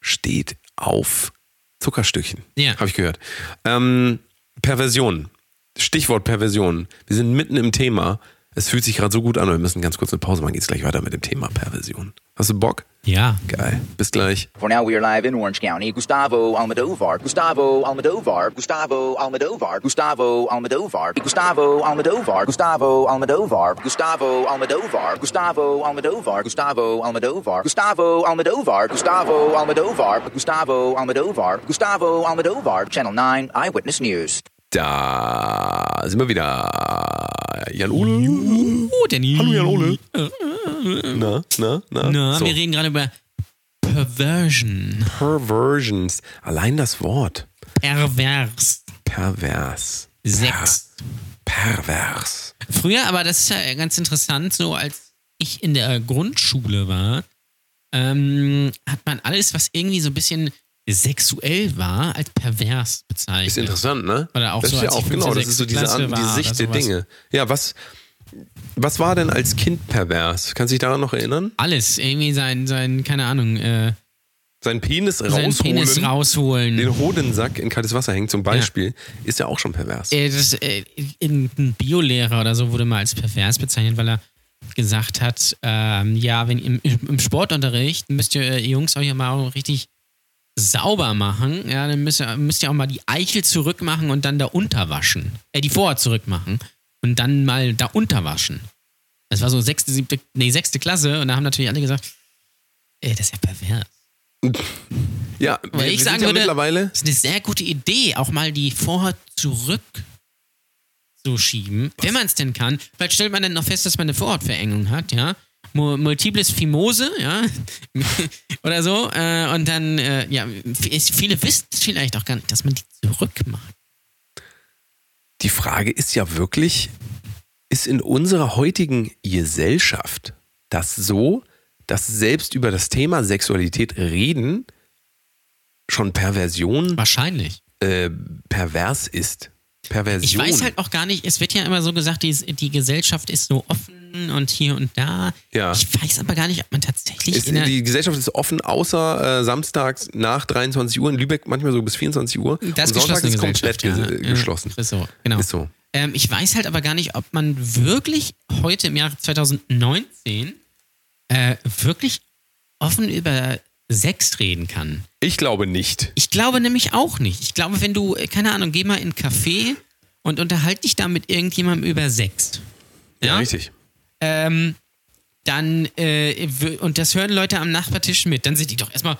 steht auf Zuckerstückchen.
Ja.
Habe ich gehört. Ähm, Perversion. Stichwort Perversion. Wir sind mitten im Thema. Es fühlt sich gerade so gut an, aber wir müssen ganz kurz eine Pause machen. Geht's gleich weiter mit dem Thema Perversion. Hast du Bock?
Ja.
Geil. Bis gleich.
For now, we are live in Orange County. Gustavo Almodovar. Gustavo Almodovar. Gustavo Almodovar. Gustavo Almodovar. Gustavo Almodovar. Gustavo Almodovar. Gustavo Almodovar. Gustavo Almodovar. Gustavo Almodovar. Gustavo Almodovar. Gustavo Almodovar. Gustavo Almodovar. Gustavo Almodovar. Channel 9 Eyewitness News.
Da sind wir wieder. Jan Ole.
Oh, Danny.
Hallo Jan Ole. Na, na, na.
Na,
So,
wir reden gerade über Perversion.
Perversions. Allein das Wort.
Pervers.
Pervers.
Sex.
Per pervers.
Früher, aber das ist ja ganz interessant, so als ich in der Grundschule war, ähm, hat man alles, was irgendwie so ein bisschen sexuell war, als pervers
Ist
bezeichnet.
interessant, ne?
Oder auch
das
so,
ist ja
als ich
auch, genau,
fünfte,
das ist so diese,
sechste
An-
Klasse
die
war
Sicht der
oder sowas.
Dinge. Ja, was, was war denn als Kind pervers? Kannst du dich daran noch erinnern?
Alles, irgendwie sein, sein, keine Ahnung, äh,
Sein Penis
seinen
rausholen,
Penis rausholen.
den Hodensack in kaltes Wasser hängen zum Beispiel, ist ja auch schon pervers.
Äh, das, äh, irgendein Biolehrer oder so wurde mal als pervers bezeichnet, weil er gesagt hat, ähm, ja, wenn im, im Sportunterricht müsst ihr äh, Jungs euch ja mal auch richtig sauber machen, ja, dann müsst ihr, müsst ihr auch mal die Eichel zurückmachen und dann da unterwaschen. Äh, die Vorhaut zurückmachen und dann mal da unterwaschen. Das war so sechste, siebte, nee, sechste Klasse und da haben natürlich alle gesagt, äh, das ist ja pervers.
Ja,
Weil
wir,
ich
wir
sagen
sind ja
würde,
mittlerweile
das ist eine sehr gute Idee, auch mal die Vorhaut zurück zu schieben, wenn man es denn kann. Vielleicht stellt man dann noch fest, dass man eine Vorhautverengung hat, ja. Mu- Multiples Fimose, ja, [LAUGHS] oder so. Äh, und dann, äh, ja, f- ist- viele wissen es vielleicht auch gar nicht, dass man die zurückmacht.
die Frage ist ja wirklich, ist in unserer heutigen Gesellschaft das so, dass selbst über das Thema Sexualität reden schon Perversion
Wahrscheinlich.
äh, pervers ist? Perversion.
Ich weiß halt auch gar nicht, es wird ja immer so gesagt, die, die Gesellschaft ist so offen und hier und da.
Ja.
Ich weiß aber gar nicht, ob man tatsächlich
Ist,
in der,
die Gesellschaft ist offen, außer äh, samstags nach 23 Uhr in Lübeck, manchmal so bis 24 Uhr.
Das
Und Sonntag
geschlossene
ist komplett
Gesellschaft,
ge-
ja.
geschlossen.
Ja, Ist so, genau.
Ist so.
Ähm, ich weiß halt aber gar nicht, ob man wirklich heute im Jahre 2019 äh, wirklich offen über Sex reden kann.
Ich glaube nicht.
Ich glaube nämlich auch nicht. Ich glaube, wenn du, äh, keine Ahnung, geh mal in ein Café und unterhalt dich da mit irgendjemandem über Sex. Ja?
Richtig.
ähm, dann, äh, w- und das hören Leute am Nachbartisch mit, dann sind die doch erstmal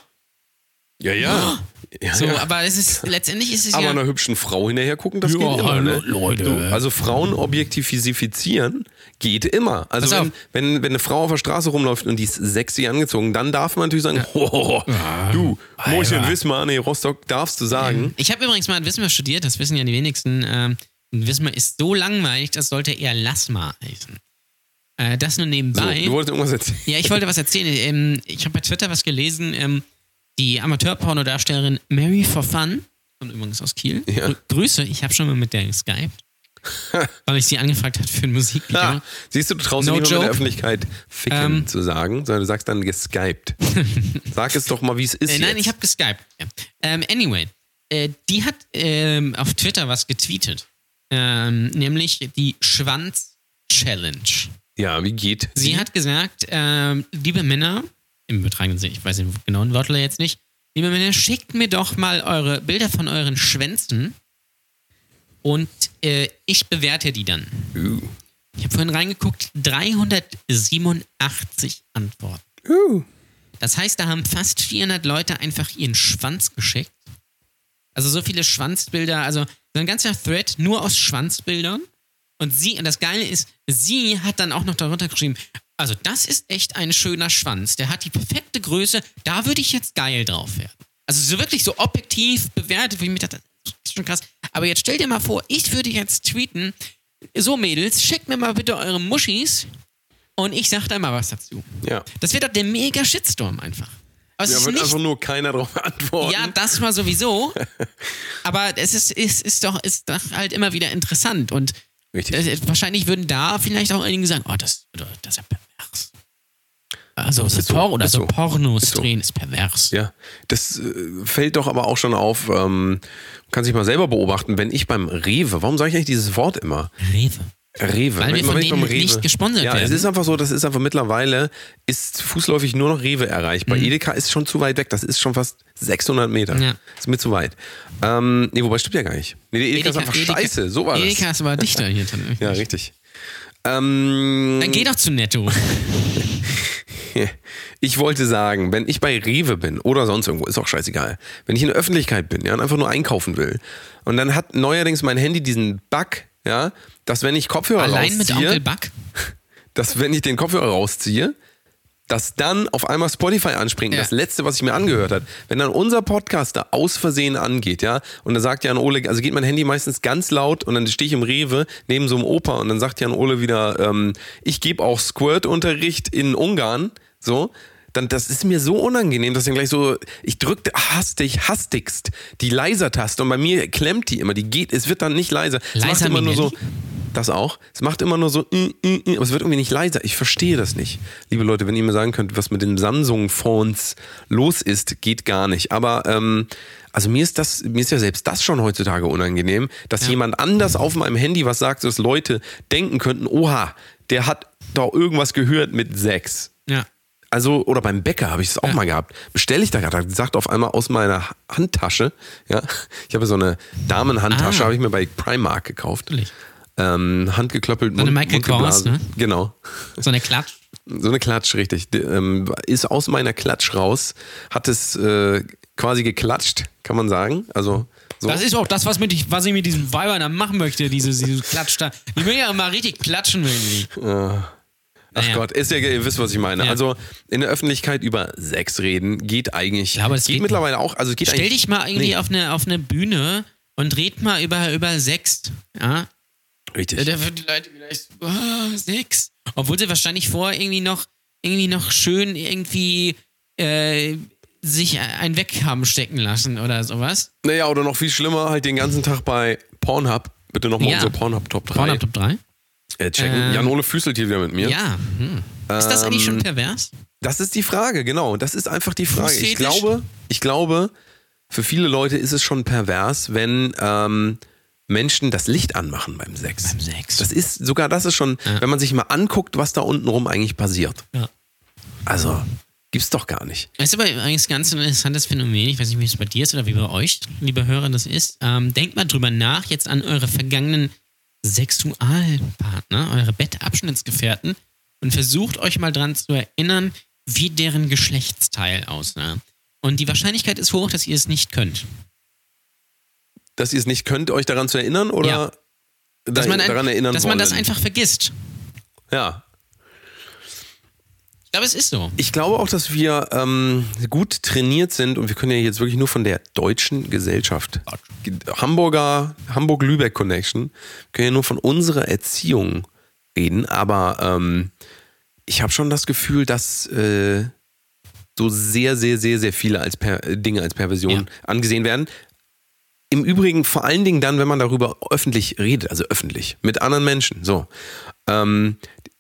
Ja, ja. ja,
so,
ja.
aber es ist, letztendlich ist es
Aber
ja.
einer hübschen Frau hinterher gucken, das
Ja,
geht immer. Ne?
Le- Leute.
Du, also Frauen objektifizieren geht immer. Also
Pass
wenn,
auf.
wenn, wenn eine Frau auf der Straße rumläuft und die ist sexy angezogen, dann darf man natürlich sagen, [LAUGHS] "Hohoho, du, Moschen Wismar, nee, Rostock, darfst du sagen.
Mhm. Ich habe übrigens mal in Wismar studiert, das wissen ja die wenigsten. Ähm, Wismar ist so langweilig, das sollte eher Lassmar heißen. Äh, das nur
So,
nebenbei.
du wolltest irgendwas erzählen.
ja, ich wollte was erzählen. Ähm, ich habe bei Twitter was gelesen. Ähm, die Amateur-Pornodarstellerin Mary for Fun, kommt übrigens aus Kiel.
Ja.
Grü- Grüße, ich habe schon mal mit der geskypt,
[LAUGHS]
weil ich sie angefragt hat für ein Musikvideo.
Ah, siehst du, du traust dich
No
nicht mal in der
joke.
Öffentlichkeit ficken
Ähm.
zu sagen, sondern du sagst dann
[LAUGHS]
geskypt. Sag es doch mal, wie es ist.
Äh, nein,
jetzt.
ich habe geskypt. Ja. Ähm, anyway, äh, die hat ähm, auf Twitter was getweetet. Ähm, nämlich die Schwanz-Challenge.
Ja, wie geht?
Sie hat gesagt, ähm, liebe Männer, im übertragenen Sinne, ich weiß den genauen Wortlaut jetzt nicht, liebe Männer, schickt mir doch mal eure Bilder von euren Schwänzen und äh, ich bewerte die dann.
Uh.
Ich habe vorhin reingeguckt, 387 Antworten. Das heißt, da haben fast 400 Leute einfach ihren Schwanz geschickt. Also so viele Schwanzbilder, also so ein ganzer Thread nur aus Schwanzbildern. Und sie, und das Geile ist, sie hat dann auch noch darunter geschrieben, also das ist echt ein schöner Schwanz. Der hat die perfekte Größe, da würde ich jetzt geil drauf werden. Also so wirklich so objektiv bewertet, wie ich mir dachte, das ist schon krass. Aber jetzt stell dir mal vor, ich würde jetzt tweeten, so Mädels, schickt mir mal bitte eure Muschis und ich sag da mal was dazu.
Ja.
Das wäre doch der mega Shitstorm einfach. Aber es
Ja,
ist
wird
nicht
einfach nur keiner drauf [LAUGHS] antworten.
ja, das mal sowieso.
[LAUGHS]
Aber es ist, ist, ist, doch, ist doch halt immer wieder interessant. Und
Richtig.
äh, wahrscheinlich würden da vielleicht auch einige sagen, oh, das, das ist ja pervers. Also so,
Ist so,
Por oder
ist
so,
so,
Pornos
ist so.
drehen ist pervers.
Ja, das äh, fällt doch aber auch schon auf, ähm, kann sich mal selber beobachten, wenn ich beim Rewe, warum sage ich eigentlich dieses Wort immer?
Rewe.
Rewe.
Weil wir
Immer
von
wenn ich
denen
vom Rewe-
nicht gesponsert
ja,
werden.
es ist einfach so, das ist einfach mittlerweile, ist fußläufig nur noch Rewe erreichbar. Edeka ist schon zu weit weg, das ist schon fast 600 Meter.
Mhm. Ja.
Ist mir zu weit. Ähm, nee, wobei stimmt ja gar nicht. Nee, der Edeka, ist einfach scheiße, so war
Edeka
das.
ist aber dichter hier drin.
Ja, richtig. Ähm,
Dann geh doch
[LAUGHS]
zu Netto.
Ich wollte sagen, wenn ich bei Rewe bin oder sonst irgendwo, ist auch scheißegal, wenn ich in der Öffentlichkeit bin ja, und einfach nur einkaufen will und dann hat neuerdings mein Handy diesen Bug, ja, dass wenn ich Kopfhörer
Allein mit
rausziehe,
Onkel Buck?
dass wenn ich den Kopfhörer rausziehe, dass dann auf einmal Spotify anspringt,
Ja.
das letzte, was ich mir angehört hat. Wenn dann unser Podcast da aus Versehen angeht, ja, und da sagt Jan Ole, also geht mein Handy meistens ganz laut und dann stehe ich im Rewe neben so einem Opa und dann sagt Jan Ole wieder, ähm, ich gebe auch Squirt-Unterricht in Ungarn, so. Dann, das ist mir so unangenehm, dass ich dann gleich so, ich drückte hastig, hastigst die Leiser-Taste und bei mir klemmt die immer, die geht, es wird dann nicht leiser. Es macht
Leiser
immer nur so,
Minelli?
das auch. Es macht immer nur so, mm, mm, mm, aber es wird irgendwie nicht leiser. Ich verstehe das nicht. Liebe Leute, wenn ihr mir sagen könnt, was mit den Samsung-Phones los ist, geht gar nicht. Aber ähm, also mir ist das, mir ist ja selbst das schon heutzutage unangenehm, dass jemand anders auf meinem Handy was sagt, dass Leute denken könnten, oha, der hat doch irgendwas gehört mit sechs.
Ja.
Also, oder beim Bäcker habe ich es auch mal gehabt. Bestelle ich da gerade, da sagt auf einmal aus meiner Handtasche, ja, ich habe so eine Damenhandtasche,
Ah.
habe ich mir bei Primark gekauft.
Natürlich.
Ähm, handgeklöppelt,
eine Michael Kors,
geblasen.
ne?
Genau. [LAUGHS]
So eine Klatsch.
So eine Klatsch, richtig. Die, ähm, ist aus meiner Klatsch raus, hat es äh, quasi geklatscht, kann man sagen. Also, so.
Das ist auch das, was, mit, ich- was ich mit diesen Weibern dann machen möchte, diese, diese Klatsch da. Die will ja mal richtig klatschen, wenn die.
Ach
naja.
Gott, ist ja, ge- ihr wisst, was ich meine.
Ja.
Also, in der Öffentlichkeit über Sex reden geht eigentlich.
Ja, aber es
geht,
geht-
mittlerweile auch. Also, es geht
Stell
eigentlich-
dich mal irgendwie auf, eine, auf eine Bühne und red mal über, über Sex. Ja?
Richtig.
Da würden die Leute vielleicht, oh, Sex. Obwohl sie wahrscheinlich vor irgendwie noch, irgendwie noch schön irgendwie äh, sich ein Weg haben stecken lassen oder sowas.
Naja, oder noch viel schlimmer, halt den ganzen Tag bei Pornhub. Bitte nochmal
Ja.
unsere Pornhub Top 3
Pornhub Top 3?
äh, checken.
Ähm.
Jan Ole füßelt hier wieder mit mir.
Ja. Hm. Ist das eigentlich schon pervers?
Das ist die Frage, genau. Das ist einfach die Frage. Ich
Fußfetisch?
glaube, ich glaube, für viele Leute ist es schon pervers, wenn ähm, Menschen das Licht anmachen beim Sex.
Beim Sex.
Das ist sogar, das ist schon, wenn man sich mal anguckt, was da unten rum eigentlich passiert.
Ja.
Also, gibt's doch gar nicht.
Das ist aber übrigens ein ganz interessantes Phänomen. Ich weiß nicht, wie es bei dir ist oder wie bei euch, liebe Hörer, das ist. Ähm, denkt mal drüber nach, jetzt an eure vergangenen Sexualpartner, eure Bettabschnittsgefährten und versucht euch mal dran zu erinnern, wie deren Geschlechtsteil aussah. Und die Wahrscheinlichkeit ist hoch, dass ihr es nicht könnt.
Dass ihr es nicht könnt, euch daran zu erinnern oder
Ja.
da,
ein-
daran erinnern
dass man das
wollen.
einfach vergisst.
Ja,
Ich glaube, es ist so.
Ich glaube auch, dass wir ähm, gut trainiert sind und wir können ja jetzt wirklich nur von der deutschen Gesellschaft, Hamburger, Hamburg-Lübeck-Connection, können ja nur von unserer Erziehung reden, aber ähm, ich habe schon das Gefühl, dass äh, so sehr, sehr, sehr, sehr viele als per äh, Dinge als Perversion
Ja.
angesehen werden. Im Übrigen vor allen Dingen dann, wenn man darüber öffentlich redet, also öffentlich, mit anderen Menschen. So. Ähm,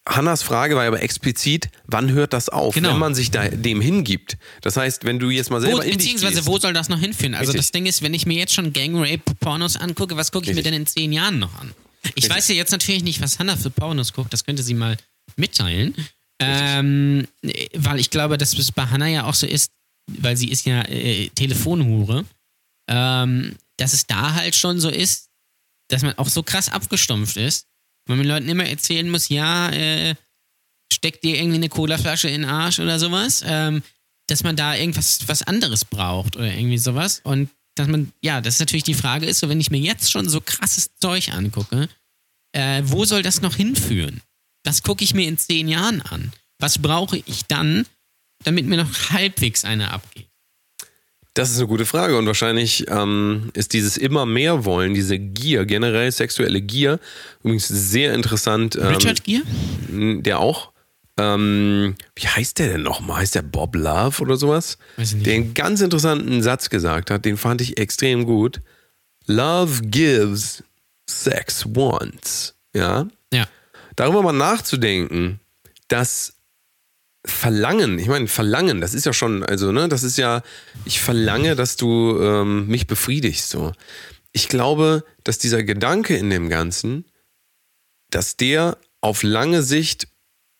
Hannas Frage war aber explizit, wann hört das auf,
Genau.
wenn man sich da, dem hingibt. Das heißt, wenn du jetzt mal
Wo,
selber in dich
beziehungsweise,
gehst,
wo soll das noch hinführen? Also,
Richtig.
das Ding ist, wenn ich mir jetzt schon Gang-Rape-Pornos angucke, was gucke ich mir
Richtig.
denn in zehn Jahren noch an? Ich weiß ja jetzt natürlich nicht, was Hannah für Pornos guckt, das könnte sie mal mitteilen. Ähm, nee, weil ich glaube, dass es bei Hannah ja auch so ist, weil sie ist ja äh, Telefonhure, ähm, dass es da halt schon so ist, dass man auch so krass abgestumpft ist, wenn man den Leuten immer erzählen muss, ja, äh, steckt dir irgendwie eine Colaflasche in den Arsch oder sowas, ähm, dass man da irgendwas was anderes braucht oder irgendwie sowas. Und dass man, ja, das ist natürlich die Frage ist, so wenn ich mir jetzt schon so krasses Zeug angucke, äh, wo soll das noch hinführen? Das gucke ich mir in zehn Jahren an. Was brauche ich dann, damit mir noch halbwegs eine abgeht?
Das ist eine gute Frage und wahrscheinlich ähm, ist dieses immer mehr wollen, diese Gier, generell sexuelle Gier, übrigens sehr interessant. Ähm,
Richard Gier?
n- der auch. Ähm, wie heißt der denn nochmal? Heißt der Bob Love oder sowas?
Weiß ich nicht.
Der einen ganz interessanten Satz gesagt hat, den fand ich extrem gut. Love gives, sex wants. Ja,
Ja.
darüber mal nachzudenken, dass Verlangen, ich meine, Verlangen, das ist ja schon, also, ne, das ist ja, ich verlange, dass du ähm, mich befriedigst, so. Ich glaube, dass dieser Gedanke in dem Ganzen, dass der auf lange Sicht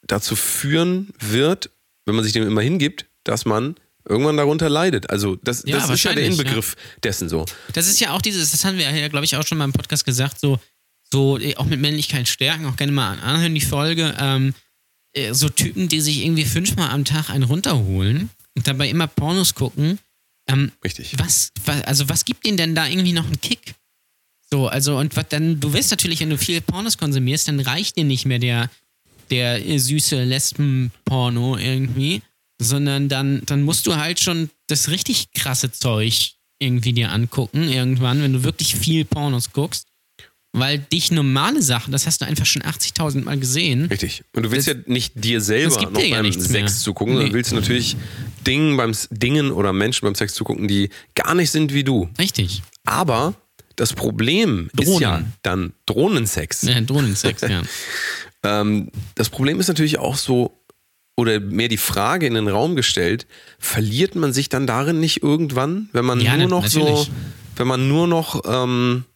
dazu führen wird, wenn man sich dem immer hingibt, dass man irgendwann darunter leidet. Also das,
Ja,
das ist ja der
wahrscheinlich, ne?
Inbegriff dessen so.
Das ist ja auch dieses, das haben wir ja, glaube ich, auch schon mal im Podcast gesagt, so, so eh, auch mit Männlichkeit stärken, auch gerne mal anhören die Folge. Ähm, eh, so Typen, die sich irgendwie fünfmal am Tag einen runterholen und dabei immer Pornos gucken. Ähm,
Richtig.
was, was, also was gibt ihnen denn da irgendwie noch einen Kick? So, also und was dann, du weißt natürlich, wenn du viel Pornos konsumierst, dann reicht dir nicht mehr der, der äh, süße Lesben-Porno irgendwie, sondern dann, dann musst du halt schon das richtig krasse Zeug irgendwie dir angucken, irgendwann, wenn du wirklich viel Pornos guckst, weil dich normale Sachen, das hast du einfach schon 80.000 Mal gesehen.
Richtig. Und du willst ja nicht dir selber
das gibt
noch
dir ja
beim
nichts
Sex
mehr.
zugucken, sondern
Nee.
willst du natürlich Dingen beim S- Dingen oder Menschen beim Sex zugucken, die gar nicht sind wie du.
Richtig.
Aber das Problem ist
Drohnen.
ja dann Drohnensex.
Ja, Drohnensex, Äh, ja.
[LAUGHS] Ähm, das Problem ist natürlich auch so, oder mehr die Frage in den Raum gestellt, verliert man sich dann darin nicht irgendwann, wenn man
Ja,
nur
na-
noch so,
natürlich.
wenn man nur noch ähm,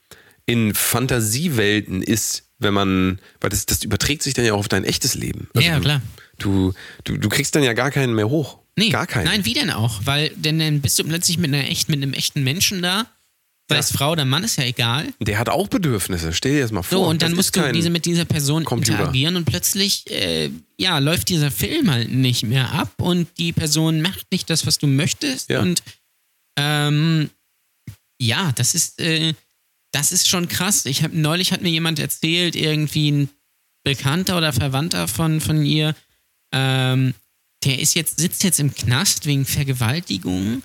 in Fantasiewelten ist, wenn man, weil das, das überträgt sich dann ja auch auf dein echtes Leben. Also
ja,
du-
klar.
Du, du, du kriegst dann ja gar keinen mehr hoch.
Nee,
Gar keinen.
Nein, wie denn auch? Weil denn dann bist du plötzlich mit einer echt, mit einem echten Menschen da, sei es Frau oder Mann, ist ja egal.
Der hat auch Bedürfnisse, stell dir das mal vor.
So, und
Das
dann
ist
musst du
kein-
diese, mit dieser Person
Computer.
interagieren und plötzlich äh, ja, läuft dieser Film halt nicht mehr ab und die Person macht nicht das, was du möchtest.
Ja.
Und ähm, ja, das ist, äh, das ist schon krass. Ich hab, neulich hat mir jemand erzählt, irgendwie ein Bekannter oder Verwandter von, von ihr, ähm, der ist jetzt, sitzt jetzt im Knast wegen Vergewaltigung,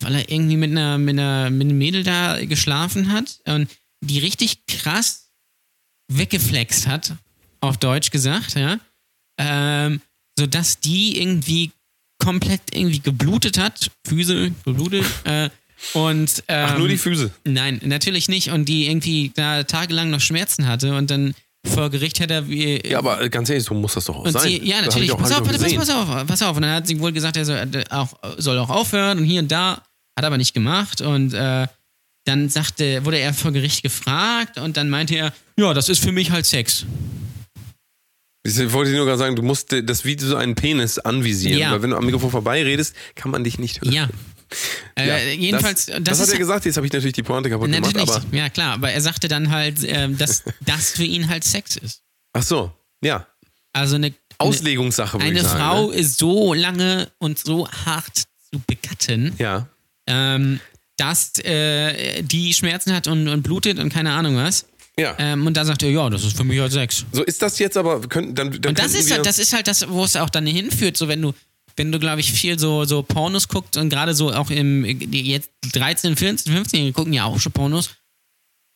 weil er irgendwie mit einer, mit einer, mit einem Mädel da geschlafen hat und die richtig krass weggeflext hat, auf Deutsch gesagt, ja, ähm, sodass die irgendwie komplett irgendwie geblutet hat, Füße geblutet, äh, und ähm,
Ach, nur die Füße.
Nein, natürlich nicht. Und die irgendwie da tagelang noch Schmerzen hatte und dann vor Gericht hat er wie.
Ja, aber äh, ganz ehrlich, so muss das doch auch
und
sein.
sie, ja,
Das hab ich
natürlich.
auch
Pass auf,
alles
pass,
gesehen.
pass auf, pass auf. Und dann hat sie wohl gesagt, er soll, äh, auch, soll auch aufhören und hier und da. Hat aber nicht gemacht. Und äh, dann sagte, wurde er vor Gericht gefragt und dann meinte er, ja, das ist für mich halt Sex.
Ich wollte dir nur gerade sagen, du musst äh, das Video so einen Penis anvisieren,
Ja.
weil wenn du am Mikrofon vorbeiredest, kann man dich nicht hören.
Ja.
Ja,
Äh, jedenfalls, das,
das, hat
ist
er gesagt, jetzt habe ich natürlich die Pointe kaputt
natürlich,
gemacht, aber
ja klar, aber er sagte dann halt, ähm,
[LAUGHS]
dass das für ihn halt Sex ist.
ach so, ja,
Also eine, eine
Auslegungssache würde
eine
ich sagen.
Frau
ne?
ist so lange und so hart zu begatten,
Ja,
ähm, dass äh, die Schmerzen hat und, und blutet und keine Ahnung was.
ja.
Ähm, und da sagt er, ja, das ist für mich halt Sex.
so ist das jetzt aber, wir könnten dann, dann
Und das
könnten
ist
wir,
halt, das ist halt das, wo es auch dann hinführt, so wenn du, wenn du, glaube ich, viel so, so Pornos guckst und gerade so auch im die jetzt 13, 14, 15 die gucken ja auch schon Pornos.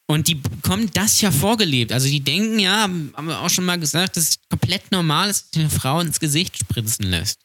Und die bekommen das ja vorgelebt. Also die denken ja, haben wir auch schon mal gesagt, dass es komplett normal ist, dass sich eine Frau ins Gesicht spritzen lässt.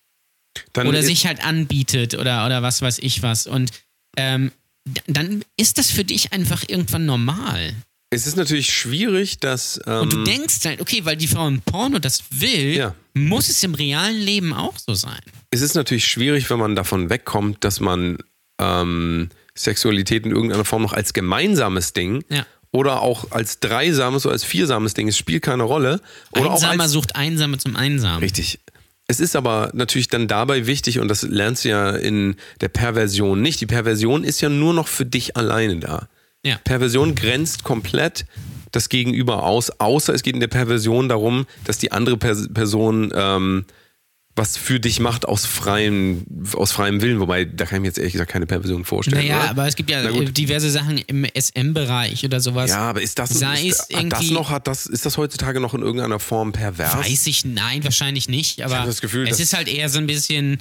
dann
oder
ist-
sich halt anbietet oder, oder was weiß ich was. Und ähm, d- dann ist das für dich einfach irgendwann normal.
Es ist natürlich schwierig, dass ähm,
Und du denkst halt, okay, weil die Frau im Porno das will,
Ja.
muss es im realen Leben auch so sein.
es ist natürlich schwierig, wenn man davon wegkommt, dass man ähm, Sexualität in irgendeiner Form noch als gemeinsames Ding
Ja.
oder auch als dreisames oder als viersames Ding, es spielt keine Rolle. Oder auch
Einsamer
als,
sucht Einsame zum Einsamen.
Richtig. Es ist aber natürlich dann dabei wichtig, und das lernst du ja in der Perversion nicht. Die Perversion ist ja nur noch für dich alleine da.
Ja.
Perversion grenzt komplett das Gegenüber aus, außer es geht in der Perversion darum, dass die andere Pers Person ähm, was für dich macht aus freiem, aus freiem Willen. Wobei, da kann ich mir jetzt ehrlich gesagt keine Perversion vorstellen.
Naja,
oder?
aber es gibt ja
ne? Na gut.
äh, diverse Sachen im SM-Bereich oder sowas.
Ja, aber ist das,
Sei
ist,
es
hat das
irgendwie-
noch, hat das, ist das heutzutage noch in irgendeiner Form pervers?
Weiß ich, nein, wahrscheinlich nicht. Aber
hab das Gefühl, dass-
es ist halt eher so ein bisschen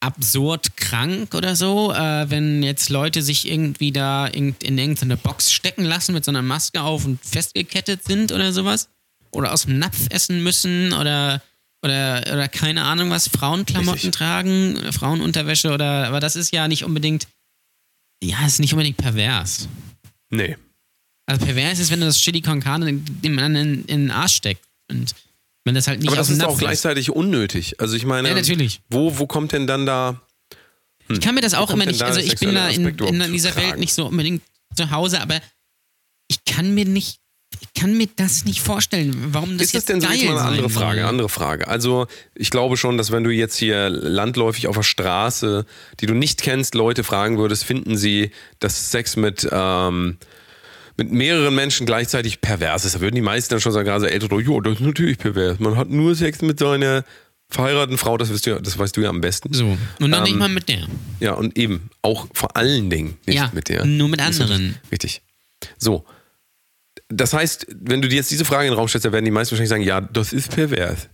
absurd krank oder so, äh, wenn jetzt Leute sich irgendwie da in, in irgendeine Box stecken lassen mit so einer Maske auf und festgekettet sind oder sowas. Oder aus dem Napf essen müssen oder, oder, oder keine Ahnung was, Frauenklamotten
Richtig.
tragen, oder Frauenunterwäsche oder, aber das ist ja nicht unbedingt, ja, ist nicht unbedingt pervers.
Nee.
Also pervers ist, wenn du das Chili con Carne dem anderen in, in den Arsch steckst und wenn das halt nicht
Aber das
aus dem
ist
Napf
auch gleichzeitig unnötig. Also ich meine,
Ja, natürlich.
Wo, wo kommt denn dann da?
Ich kann mir das auch
kommt
immer
denn
nicht,
da
also
der
ich bin da
sexuelle
in,
Aspekt
in
überhaupt
dieser
zu tragen?
Welt nicht so unbedingt zu Hause, aber ich kann mir nicht ich kann mir das nicht vorstellen, warum das
ist das
jetzt
denn so
geil
jetzt mal eine
sein
andere
soll.
Frage? Andere Frage. Also ich glaube schon, dass wenn du jetzt hier landläufig auf der Straße, die du nicht kennst, Leute fragen würdest, finden sie, dass Sex mit ähm, mit mehreren Menschen gleichzeitig pervers ist. Da würden die meisten dann schon sagen, gerade so ältere, jo, das ist natürlich pervers. Man hat nur Sex mit seiner verheirateten Frau, das weißt du ja, das weißt du ja am besten.
So. Und dann nicht
Ähm,
mal mit der.
Ja, und eben auch vor allen Dingen nicht
Ja,
mit der.
nur mit
Nicht so
anderen.
Richtig. So. Das heißt, wenn du dir jetzt diese Frage in den Raum stellst, dann werden die meisten wahrscheinlich sagen, ja, das ist pervers.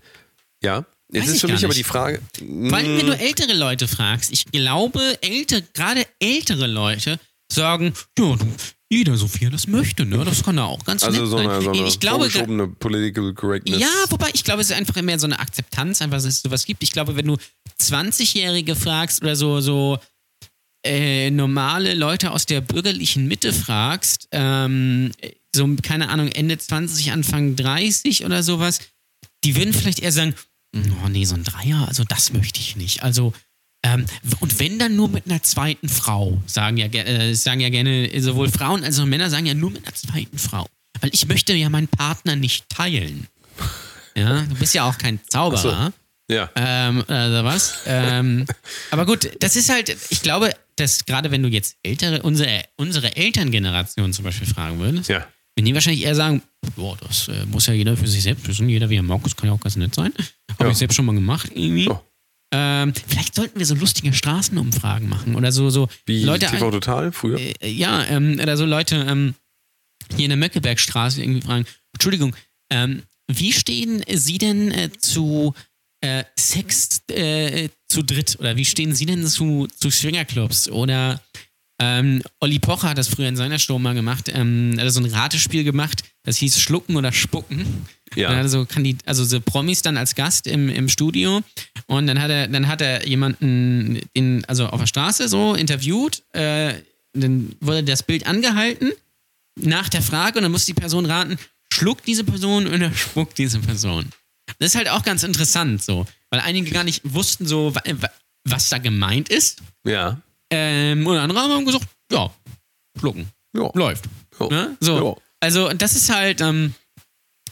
Ja. Jetzt
Weiß
ist
ich
für
gar
mich aber
nicht.
die Frage.
Vor allem, wenn
mm,
du ältere Leute fragst, ich glaube, älter, gerade ältere Leute sagen, ja, du, jeder Sophia das möchte, ne? Das kann er auch ganz
also
nett
so eine,
sein.
so eine
ich glaube, ge-
vorgeschobene Political Correctness.
ja, wobei ich glaube, es ist einfach mehr so eine Akzeptanz, einfach, dass es sowas gibt. Ich glaube, wenn du 20-Jährige fragst oder so, so äh, normale Leute aus der bürgerlichen Mitte fragst, ähm, so, keine Ahnung, Ende 20, Anfang 30 oder sowas, die würden vielleicht eher sagen, oh nee, so ein Dreier, also das möchte ich nicht. Also, ähm, w- und wenn dann nur mit einer zweiten Frau, sagen ja, ge- äh, sagen ja gerne äh, sowohl Frauen als auch Männer, sagen ja nur mit einer zweiten Frau. Weil ich möchte ja meinen Partner nicht teilen. Ja, du bist ja auch kein Zauberer.
ja.
Ähm, oder was? ähm, aber gut, das ist halt, ich glaube, dass gerade wenn du jetzt ältere, unsere, unsere Elterngeneration zum Beispiel fragen würdest,
Ja.
würden die wahrscheinlich eher sagen, boah, das äh, muss ja jeder für sich selbst wissen, jeder wie er mag, das kann ja auch ganz nett sein. Habe
Ja.
ich selbst schon mal gemacht irgendwie.
So.
Ähm, vielleicht sollten wir so lustige Straßenumfragen machen oder so, so
Wie
Leute
TV Total früher.
äh, ja, ähm, oder so Leute ähm, hier in der Möckebergstraße irgendwie fragen, Entschuldigung, ähm, wie stehen Sie denn äh, zu äh, Sex äh, zu dritt? Oder wie stehen Sie denn zu, zu Swingerclubs? Oder ähm, Olli Pocher hat das früher in seiner Show mal gemacht, ähm, hat er so ein Ratespiel gemacht, das hieß Schlucken oder Spucken.
Ja.
Und dann hat er so Kandid also so Promis dann als Gast im, im Studio und dann hat er, dann hat er jemanden in, also auf der Straße so interviewt, äh, dann wurde das Bild angehalten nach der Frage und dann muss die Person raten, schluckt diese Person oder spuckt diese Person. Das ist halt auch ganz interessant so, weil einige gar nicht wussten so, wa- wa- was da gemeint ist.
Ja.
Ähm, und andere haben gesagt, ja, schlucken.
Ja.
Läuft.
Ja.
Ne? So.
Ja.
Also das ist halt, ähm,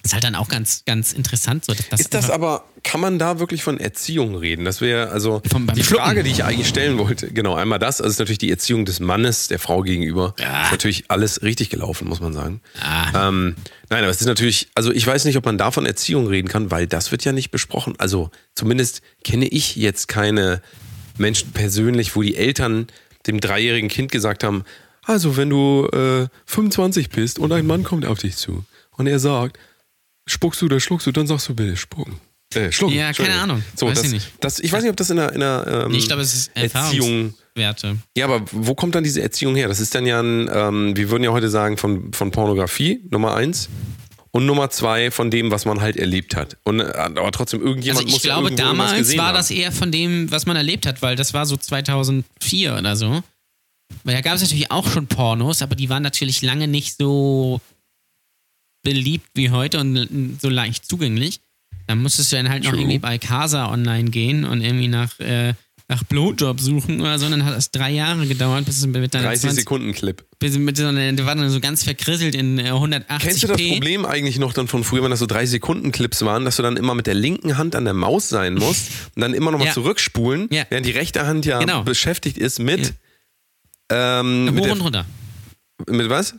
ist halt dann auch ganz, ganz interessant. So, dass das
Ist das
einfach-
aber, kann man da wirklich von Erziehung reden? Das wäre also
Vom- beim
die
Schlucken.
Frage, die ich eigentlich stellen wollte. Genau, einmal das, also ist natürlich die Erziehung des Mannes, der Frau gegenüber.
Ja.
Ist natürlich alles richtig gelaufen, muss man sagen.
Ah.
Ähm, nein, aber es ist natürlich, also ich weiß nicht, ob man davon Erziehung reden kann, weil das wird ja nicht besprochen. Also zumindest kenne ich jetzt keine Menschen persönlich, wo die Eltern dem dreijährigen Kind gesagt haben, also wenn du äh, 25 bist und ein Mann kommt auf dich zu und er sagt, spuckst du oder schluckst du, dann sagst du bitte spucken. Äh, schlucken.
Ja, keine
Entschuldigung.
Ahnung.
So,
Weiß
das,
ich nicht.
Das, ich weiß nicht, ob das in der, in der ähm,
Nee, ich glaube, es ist
Erziehung
Erfahrungswerte.
ja, aber wo kommt dann diese Erziehung her? Das ist dann ja ein, ähm, wir würden ja heute sagen, von, von Pornografie, Nummer eins. Und Nummer zwei, von dem, was man halt erlebt hat. Und, äh, aber trotzdem, irgendjemand
Also ich
muss ja
glaube,
irgendwo irgendwas
damals
gesehen
war
haben.
das eher von dem, was man erlebt hat, weil das war so 2004 oder so. Weil da gab es natürlich auch schon Pornos, aber die waren natürlich lange nicht so beliebt wie heute und l- so leicht zugänglich. Dann musstest du dann halt noch
True.
irgendwie bei Casa online gehen und irgendwie nach, äh, nach Blowjob suchen oder so. Und dann hat es drei Jahre gedauert, bis es mit deiner
30
20
Sekunden Clip.
bis mit so einer, die waren dann so ganz verkrisselt in äh, 180p.
Kennst du das Problem eigentlich noch dann von früher, wenn das so 3 Sekunden Clips waren, dass du dann immer mit der linken Hand an der Maus sein
[LAUGHS]
musst und dann immer nochmal
Ja.
zurückspulen,
Ja.
während die rechte Hand ja
Genau.
beschäftigt ist mit ähm, mit,
Hoch
der,
und runter.
mit was?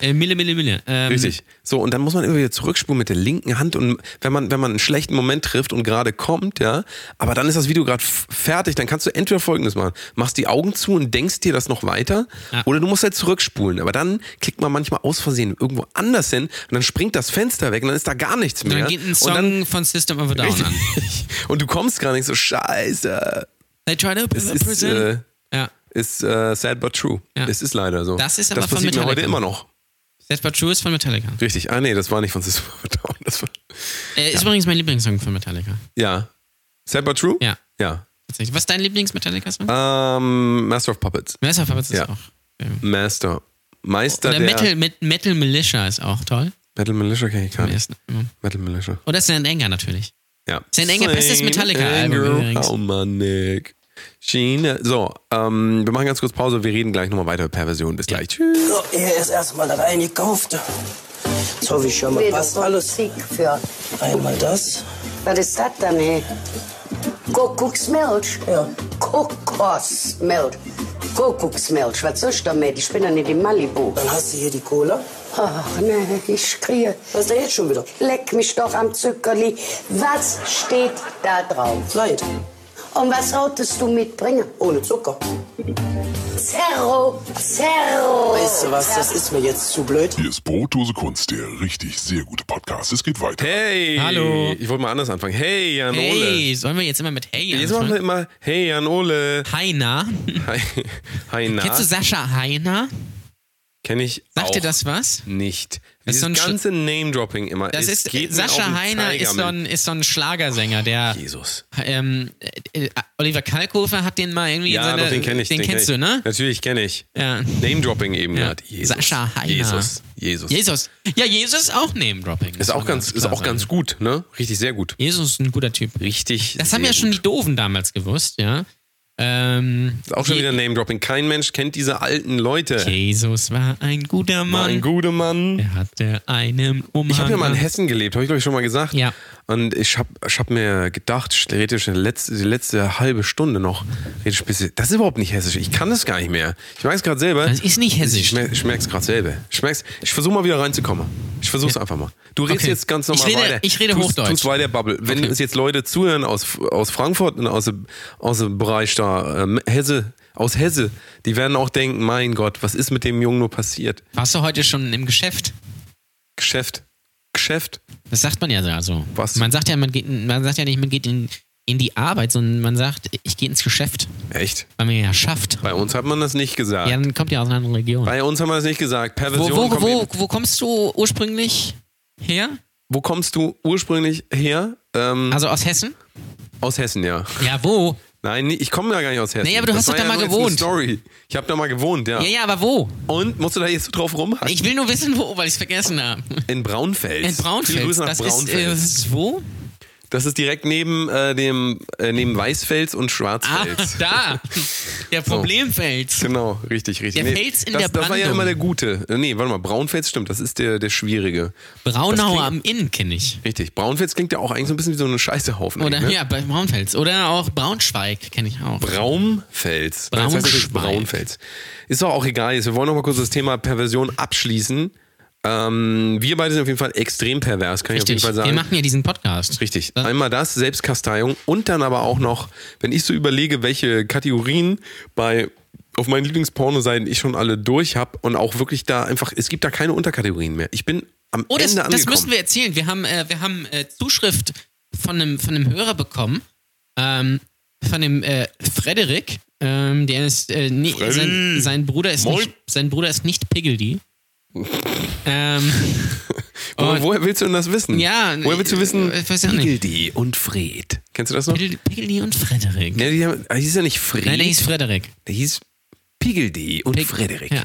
Äh, Mille, Mille, Mille. Ähm,
Richtig. So, und dann muss man immer wieder zurückspulen mit der linken Hand und wenn man, wenn man einen schlechten Moment trifft und gerade kommt, ja, aber dann ist das Video gerade f- fertig, dann kannst du entweder folgendes machen. Machst die Augen zu und denkst dir das noch weiter
Ja.
oder du musst halt zurückspulen. Aber dann klickt man manchmal aus Versehen irgendwo anders hin und dann springt das Fenster weg und dann ist da gar nichts
Und
mehr.
dann geht ein Song
und,
von System of a Down
dann,
an.
und du kommst gar nicht so, scheiße.
They try to
[LAUGHS] Es ist, äh,
ja.
ist äh, sad but true.
Ja.
Es ist leider so.
Das ist aber
das
von
passiert mir heute
Metallica.
immer noch.
That's But True ist von Metallica.
Richtig. Ah, nee, das war nicht von System of a Down. [LAUGHS] Das war
Äh, ist übrigens mein Lieblingssong von Metallica.
Ja. Sad but true?
Ja.
Ja.
Tatsächlich. Was ist dein Lieblings-Metallica-Song?
Ähm, Master of Puppets.
Messer aber das ist
ja.
auch. ja.
Master. Meister
Oder
der...
Metal, mit Metal Militia ist auch toll.
Metal Militia kenne ich gar
Am
nicht.
ersten Album.
Metal Militia.
Oder St. Anger natürlich.
Ja.
Sein enger bestes Metallica-Album übrigens.
Oh Mann, Nick. Schiene. So, ähm, wir machen ganz kurz
[LAUGHS]
Pause. Wir reden gleich nochmal weiter per Version. Bis gleich. Tschüss.
So, er ist erstmal reingekauft. Jetzt hoffe ich schon mal, passt alles.
Sieg für.
Einmal das.
Was ist das dann, hey? Kuckucksmilch?
Ja.
Kokosmilch. Kuckucksmilch, was ist damit? Ich bin ja nicht in Malibu.
Dann hast du hier die Cola.
Ach, nee, ich kriege.
Was ist da jetzt schon wieder?
Leck mich doch am Zuckerli. Was steht da drauf?
Leid.
Und was solltest du mitbringen?
Ohne Zucker.
Zerro, Zerro.
Weißt du was, das ist mir jetzt zu blöd.
Hier ist Brotdose Kunst, der richtig sehr gute Podcast. Es geht weiter.
Hey!
Hallo.
Ich wollte mal anders anfangen. Hey, Jan Ole.
Hey, sollen wir jetzt immer mit Hey
Jetzt machen wir
anfangen?
immer Hey, Jan Ole.
Heiner.
Hi, hi na.
Kennst du Sascha Heiner?
Kenn ich
Sagt
auch
dir das was?
nicht.
Das
Dieses
ist so ein Sch-
ganze Name-Dropping immer.
Das
es
ist,
geht mir auf
Sascha
den
Heiner
Zeiger
ist so,
mit-
ein, ist so ein Schlagersänger, der
Jesus.
ähm, äh, äh, Oliver Kalkofe hat den mal irgendwie
Ja,
in seine,
doch, den kenne ich.
ne, Den, kennst
kenn
du,
ich.
ne?
Natürlich kenne ich.
Ja.
Name-Dropping eben
Ja.
gerade. Jesus.
Sascha Heiner.
Jesus. Jesus.
Jesus. Ja, Jesus auch Name-Dropping.
Ist auch ganz, ist auch ganz gut, ne? Richtig, sehr gut.
Jesus ist ein guter Typ.
Richtig.
Das haben ja schon die Doofen damals gewusst, ja. Ähm,
Ist auch schon
Je-
wieder Name-Dropping. Kein Mensch kennt diese alten Leute.
Jesus war ein guter Mann.
Mein guter Mann.
Er hatte einen Umhang.
Ich habe ja mal in Hessen gelebt, habe ich glaube ich schon mal gesagt.
äh, Ja.
Und ich habe ich hab mir gedacht, theoretisch die letzte, die letzte halbe Stunde noch, rede ich ein bisschen- das ist überhaupt nicht hessisch. Ich kann das gar nicht mehr. Ich merke es gerade selber.
Das ist nicht hessisch.
Ich, mer ich merke es gerade selber. Ich, merk's- ich versuche mal wieder reinzukommen. Ich versuche es einfach mal. Du redest
Okay.
jetzt ganz normal
Ich rede-
weiter.
ich rede
Tu's-
Hochdeutsch.
Tu's weiter, Bubble. Wenn
Okay.
uns jetzt Leute zuhören aus, aus Frankfurt und aus, dem- aus dem Bereich da, ähm, Hesse, aus Hesse, die werden auch denken, mein Gott, was ist mit dem Jungen nur passiert?
Warst du heute schon im Geschäft?
Geschäft. Geschäft.
Das sagt man ja so. Also.
Was?
Man sagt ja, man, geht, in- man sagt ja nicht, man geht in, in die Arbeit, sondern man sagt, ich gehe ins Geschäft,
Echt?
weil man ja schafft.
Bei uns hat man das nicht gesagt.
Ja, dann kommt ja aus einer anderen Region.
Bei uns haben wir das nicht gesagt.
Wo,
Perversion
wo,
kommt
wo,
eben-
wo kommst du ursprünglich her?
wo kommst du ursprünglich her? Ähm,
Also aus Hessen?
aus Hessen, ja.
Ja, wo?
Nein, nee, ich komme ja gar nicht aus Hessen.
Nee, aber du
Das
hast doch
war
da
ja
mal
nur jetzt
gewohnt.
Eine Story. Ich habe da mal gewohnt, ja.
Ja, ja, aber wo?
Und musst du da jetzt so drauf rumhacken?
Ich will nur wissen, wo, weil ich es vergessen habe.
in Braunfels.
In Braunfels.
Viele Grüße nach
das
Braunfels.
Ist, äh, das ist wo?
das ist direkt neben äh, dem äh, neben Weißfels und
Ah,
Schwarzfels.
da. Der Problemfels.
Genau, richtig, richtig.
Der Fels in
das,
der
Das war ja
Brandung.
immer der gute. Äh, Nee, warte mal, Braunfels stimmt, das ist der, der schwierige.
Braunauer
Das
am Inn kenne ich.
Richtig, Braunfels klingt ja auch eigentlich so ein bisschen wie so ein Scheißehaufen.
Oder
ne?
ja, bei Braunfels. Oder auch Braunschweig kenne ich auch.
Braunfels. Nein, das heißt natürlich
Braunschweig.
Braunfels. Ist doch auch egal. Jetzt, wir wollen noch mal kurz das Thema Perversion abschließen. Ähm, wir beide sind auf jeden Fall extrem pervers, kann
Richtig.
ich auf jeden Fall
Wir
sagen.
machen ja diesen Podcast.
Richtig.
Das-
Einmal das, Selbstkasteiung und dann aber auch noch, wenn ich so überlege, welche Kategorien bei auf meinen Lieblingspornoseiten ich schon alle durch habe und auch wirklich da einfach, es gibt da keine Unterkategorien mehr. Ich bin am
Oh, das,
Ende angekommen.
das müssen wir erzählen. Wir haben, äh, wir haben äh, Zuschrift von einem, von einem Hörer bekommen, ähm, von dem äh, Frederik. Ähm, der ist, äh, nie,
Freddy.
sein, sein, Bruder ist
Moin.
nicht, sein Bruder ist
[LAUGHS]
nicht Piggledy. ähm,
Wo, woher willst du denn das wissen?
oh. Ja,
woher willst du wissen?
ich weiß ja nicht.
Igeldi und Fred. Kennst du das noch?
Piggledy- Piggledy und Frederik.
Ja, die haben, ah, hieß ja nicht Fred.
Nein, der hieß Frederik.
Der hieß Pigeldi und
Pig-
Frederik.
Ja.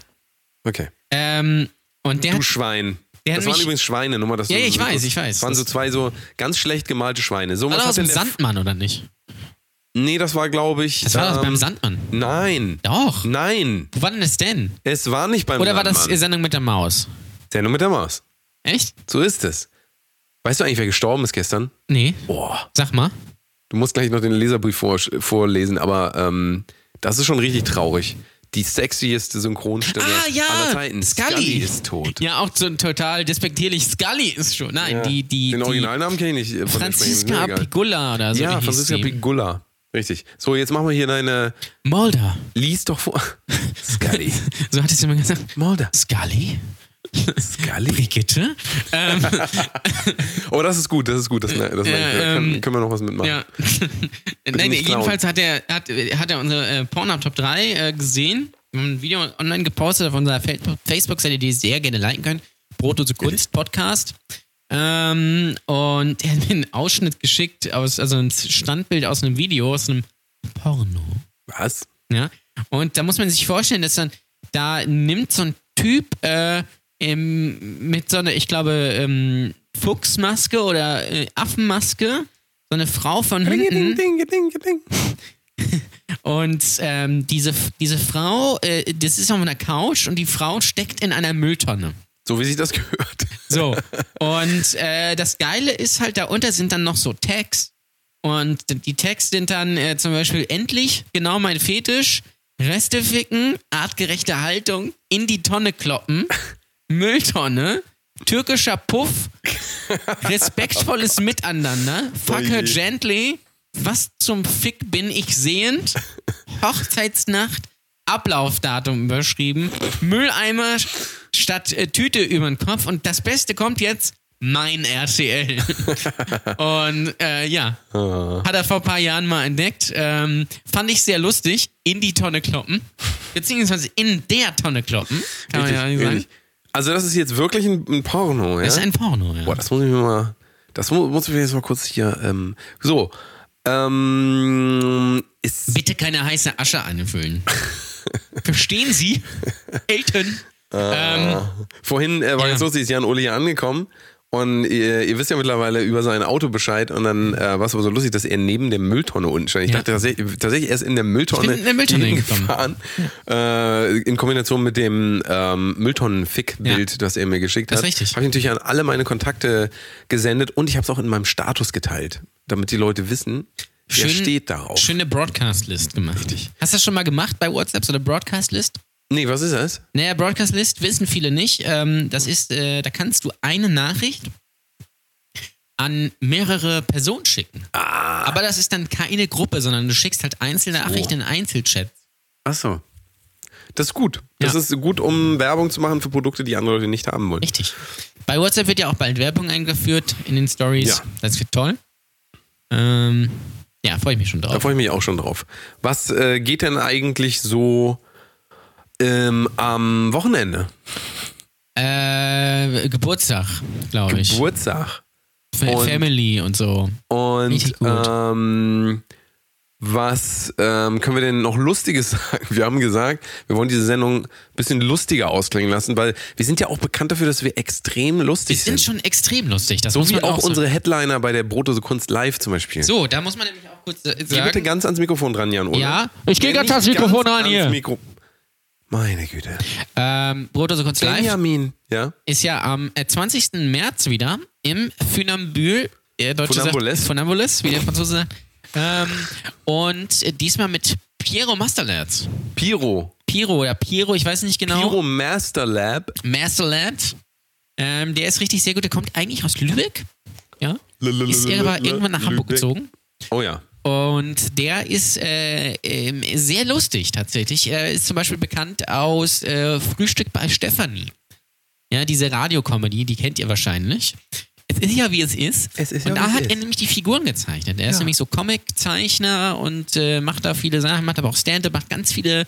Okay.
Ähm, und der
Du
hat
Schwein.
der hat
Das waren
mich-
übrigens Schweine, nur mal das.
Ja,
du-
ich
du-
weiß, ich weiß.
Das waren so zwei so ganz schlecht gemalte Schweine. So was
war doch
hat
aus dem
denn der-
Sandmann, oder nicht?
Nee, das war, glaube ich.
Das war doch beim
ähm,
Sandmann.
Nein.
Doch.
Nein.
Wo war denn das denn?
Es war nicht beim
Oder war das
Sandmann.
Sendung mit der Maus?
Sendung mit der Maus.
Echt?
So ist es. Weißt du eigentlich, wer gestorben ist gestern?
Nee.
Boah.
Sag mal.
Du musst gleich noch den Leserbrief vor, vorlesen, aber ähm, das ist schon richtig traurig. Die sexieste Synchronstimme
Ah,
aller Zeiten. ist tot.
Ja, auch so ein total despektierlich. Scully ist schon. Nein,
Ja.
die, die.
den
die
Originalnamen kenne ich nicht. äh, Von der Sprecherin,
Franziska
ist mir egal.
Pigula oder so.
Ja,
hieß
Franziska
die.
Pigula. Richtig. So, jetzt machen wir hier deine.
Mulder.
Lies doch
[LAUGHS]
vor. Scully.
So hat es immer
[LAUGHS]
gesagt. [LAUGHS]
Mulder.
Scully?
Scully.
Brigitte?
[LAUGHS]
ähm,
Oh, das ist gut, das ist gut. Das, das
Ja,
können,
ähm,
können wir noch was mitmachen.
ja.
[LAUGHS]
Äh, Nein,
nicht klauen.
jedenfalls hat er, hat, hat er unsere äh, Pornhub Top 3 äh, gesehen. Wir haben ein Video online gepostet auf unserer Fe- Facebook-Seite, die ihr sehr gerne liken könnt. Brotdose Kunst Podcast. Ähm, und er hat mir einen Ausschnitt geschickt, aus, also ein Standbild aus einem Video, aus einem Porno.
Was?
Ja? Und da muss man sich vorstellen, dass dann, da nimmt so ein Typ äh, im, mit so einer, ich glaube, ähm, Fuchsmaske oder äh, Affenmaske, so eine Frau von hinten.
ding, ding, ding.
[LAUGHS] Und ähm, diese, diese Frau, äh, das ist auf einer Couch und die Frau steckt in einer Mülltonne.
So wie sich das [LAUGHS] gehört.
So. Und äh, das Geile ist halt, darunter sind dann noch so Tags. Und die Tags sind dann äh, zum Beispiel endlich genau mein Fetisch, Reste ficken, artgerechte Haltung, in die Tonne kloppen, Mülltonne,
[LAUGHS]
türkischer Puff, respektvolles Miteinander, fuck her
Oje.
gently, was zum Fick bin ich sehend, Hochzeitsnacht, Ablaufdatum überschrieben, Mülleimer statt äh, Tüte über den Kopf und das Beste kommt jetzt, mein
[LAUGHS]
RTL. und äh, ja,
Ah.
hat er vor ein paar Jahren mal entdeckt. Ähm, fand ich sehr lustig, in die Tonne kloppen, beziehungsweise in der Tonne kloppen, kann man ja nicht sagen.
Ähnlich. Also das ist jetzt wirklich ein, ein Porno, ja?
Das ist ein Porno, ja.
Boah, das muss ich mir mal. Das mu muss ich mir jetzt mal kurz hier. Ähm, so. Ähm, ist,
Bitte keine heiße
[LAUGHS]
Asche anfüllen. Verstehen Sie? Elton.
Ah,
Ähm,
vorhin äh, war
Ja.
jetzt lustig, ist Jan Uli hier angekommen. Und äh, ihr, ihr wisst ja mittlerweile über sein Auto Bescheid. Und dann äh, war es aber so lustig, dass er neben der Mülltonne unten stand. Ich
Ja.
dachte tatsächlich, tatsächlich, er ist in der Mülltonne.
Ich bin in
[LAUGHS]
der Mülltonne
hingefahren. Äh, in Kombination mit dem ähm, Mülltonnen-Fick-Bild,
Ja.
das er mir geschickt
Das
hat.
ist richtig.
Habe ich natürlich an alle meine Kontakte gesendet. Und ich habe es auch in meinem Status geteilt, damit die Leute wissen, wer
schön-
steht darauf.
Schöne Broadcast-List gemacht. Hast du das schon mal gemacht bei WhatsApp, so eine Broadcast-List?
Nee, was ist das?
Naja, Broadcast List wissen viele nicht. Ähm, das ist, äh, da kannst du eine Nachricht an mehrere Personen schicken.
Ah.
Aber das ist dann keine Gruppe, sondern du schickst halt einzelne Nachrichten in Einzelchats.
Ach so. Das ist gut. Das
Ja.
ist gut, um Werbung zu machen für Produkte, die andere Leute nicht haben wollen.
Richtig. Bei WhatsApp wird ja auch bald Werbung eingeführt in den Stories.
Ja.
Das wird toll. Ähm, ja, freue ich mich schon
Da
drauf.
freue ich mich auch schon drauf. Was äh, geht denn eigentlich so ähm, am Wochenende?
Äh, Geburtstag, glaube ich.
Geburtstag.
Fa-
und-
Family und so.
Und
Richtig gut.
ähm, was ähm, können wir denn noch Lustiges [LAUGHS] sagen? Wir haben gesagt, wir wollen diese Sendung ein bisschen lustiger ausklingen lassen, weil wir sind ja auch bekannt dafür, dass wir extrem
Die
lustig
sind
sind.
schon extrem lustig. Das
so
muss
wie
man
auch
auch
unsere Headliner bei der Brotose Kunst live zum Beispiel.
So, da muss man nämlich auch kurz äh,
Geh bitte
sagen.
ganz ans Mikrofon dran, Jan, oder?
Ja, ich geh
Geh
ganz
nicht
ans Mikrofon ran
ans
hier.
Mikro Meine Güte.
Ähm, Brotdose Kunst Live
Benjamin. Ja?
ist ja am äh, 20. März wieder im Funambül, der Deutsche
Funambules.
sagt Funambules, wie der Franzose sagt. Ähm, und äh, diesmal mit Piero Masterlad.
Piro.
Piero oder Piero, ich weiß nicht genau.
Piro Master Lab.
Masterlad. Ähm, der ist richtig sehr gut. Der kommt eigentlich aus Lübeck. Ja. Ist aber irgendwann nach Hamburg gezogen.
Oh ja.
Und der ist äh, ähm, sehr lustig tatsächlich. Er ist zum Beispiel bekannt aus äh, Frühstück bei Stefanie. Ja, diese Radiokomödie, die kennt ihr wahrscheinlich. Es ist ja, wie es ist.
Es ist ja,
und
wie
da
es
hat
ist.
er nämlich die Figuren gezeichnet. Er ist nämlich so Comiczeichner und äh, macht da viele Sachen, macht aber auch Stand-up, macht ganz viele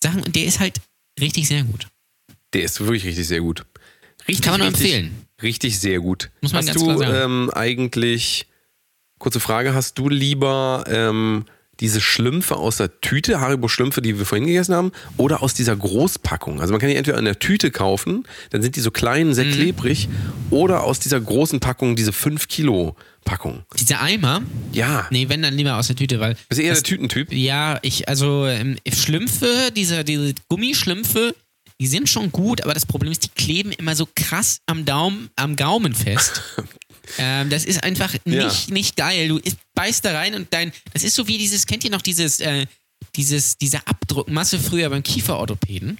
Sachen. Und der ist halt richtig sehr gut.
Der ist wirklich richtig sehr gut. Richtig,
Kann man nur
richtig,
empfehlen.
Richtig sehr gut.
Muss man
hast
ganz
du
klar sagen.
Ähm, eigentlich, kurze Frage, hast du lieber ähm, diese Schlümpfe aus der Tüte, Haribo-Schlümpfe, die wir vorhin gegessen haben, oder aus dieser Großpackung? Also man kann die entweder in der Tüte kaufen, dann sind die so klein,
Mhm.
sehr klebrig, oder aus dieser großen Packung, diese 5-Kilo-Packung.
Dieser Eimer,
Ja.
nee, wenn dann lieber aus der Tüte, weil
Bist du eher
das-
der Tütentyp?
Ja, ich, also ähm, Schlümpfe, diese, diese Gummischlümpfe, die sind schon gut, aber das Problem ist, die kleben immer so krass am Daumen, am
[LAUGHS]
Gaumen fest. ähm, das ist einfach nicht,
Ja.
nicht geil. Du isst- beißt da rein und dein, das ist so wie dieses, kennt ihr noch dieses, äh, dieses, diese Abdruckmasse früher beim Kieferorthopäden?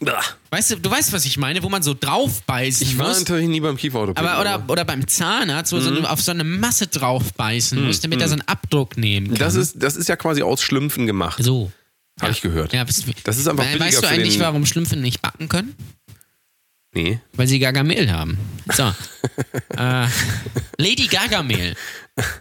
Weißt du, du weißt, was ich meine, wo man so draufbeißen
Ich war
muss.
natürlich nie beim Kieferauto.
Aber oder,
Genau.
oder beim Zahnarzt, wo so
Mhm.
eine, auf so eine Masse draufbeißen muss, damit er so einen Abdruck nehmen kann.
Das ist, das ist ja quasi aus Schlümpfen gemacht.
so.
Habe ich gehört.
Ja, bist,
Das ist einfach
Weil,
billiger
Weißt du
für
eigentlich,
den-
warum Schlümpfe nicht backen können?
Nee.
Weil sie Gargamel haben.
[LAUGHS]
So. äh, Lady Gargamel.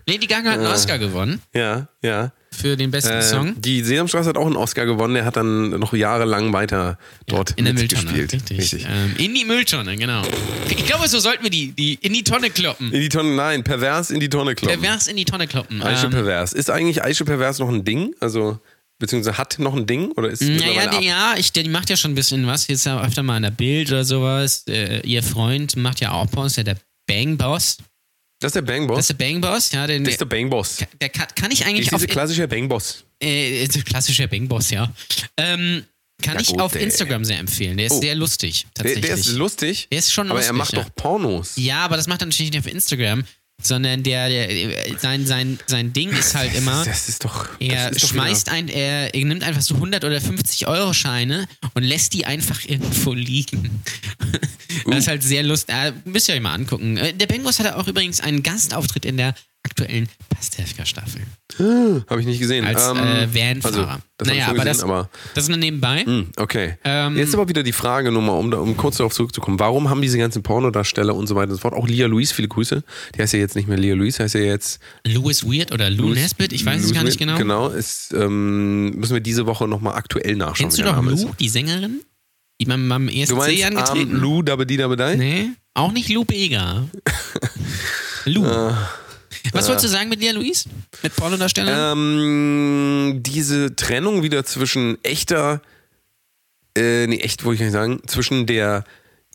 Lady Gaga hat einen Oscar gewonnen
Ja, ja.
für den besten
Äh,
Song.
Die Sesamstraße hat auch einen Oscar gewonnen. Der hat dann noch jahrelang weiter dort
In der Mülltonne.
mitgespielt.
Richtig. Ähm, in die Mülltonne, genau. Ich glaube, so sollten wir die, die in die Tonne kloppen.
In die Tonne, nein, pervers in die Tonne kloppen.
Pervers in die Tonne kloppen.
Eiche
Ähm,
pervers. Ist eigentlich Eiche pervers noch ein Ding? Also, beziehungsweise hat noch ein Ding? Oder ist es
naja,
mittlerweile
die,
ab?
ja, ich, die macht ja schon ein bisschen was. Jetzt ja öfter mal in der Bild oder sowas. Äh, ihr Freund macht ja auch Boss, ja, der Bang Boss.
Das ist der Bang
Das
Boss.
ist der Bang Boss, ja, den,
Das ist der Bang Boss.
der kann, kann ich eigentlich
Ich
auf,
diese klassische Bang Boss.
äh, klassischer Bang Boss, ja. Ähm, Kann
Ja,
ich
gut,
auf
ey.
Instagram sehr empfehlen. Der ist
Oh.
sehr lustig,
Der,
tatsächlich.
der ist lustig,
Der ist schon
aber er
lustig,
macht
ja.
doch Pornos.
Ja, aber das macht er natürlich nicht auf Instagram, sondern der, der sein, sein, sein Ding ist halt immer.
Das ist doch.
Er
das ist doch
schmeißt ein, er, er nimmt einfach so 100 oder 50 Euro Scheine und lässt die einfach [LAUGHS] irgendwo liegen.
Uh.
Das ist halt sehr lustig. Äh, müsst ihr euch mal angucken. Äh, Der Bengos hatte auch übrigens einen Gastauftritt in der aktuellen Pastewka-Staffel.
wieder. Habe ich nicht gesehen.
Als
Ähm,
äh,
also,
Vanfahrer.
das naja, aber gesehen, das, aber
das ist nur nebenbei.
Hm, Okay.
Ähm,
Jetzt aber wieder die Frage nochmal, um, da- um kurz darauf zurückzukommen. Warum haben diese ganzen Pornodarsteller und so weiter und so fort, auch Lia Louise, viele Grüße, die heißt ja jetzt nicht mehr Lia Louise, heißt ja jetzt
Louis Weird oder Lou Nesbitt, ich weiß es
Louise
gar nicht
Wade.
genau.
Genau, ist, ähm, müssen wir diese Woche nochmal aktuell nachschauen.
Kennst du
wie der
doch
Name
Lou, die Sängerin? Die beim, beim ESC
Du meinst ähm,
angetreten?
Arm, Lou, dabedi, dabedi?
Nee, auch nicht Lou Bega. Lou.
[LAUGHS] Äh,
Was wolltest du sagen mit Lia Luis? Mit Pornodarstellern?
Ähm, diese Trennung wieder zwischen echter, äh, nee, echt wollte ich gar nicht sagen, zwischen der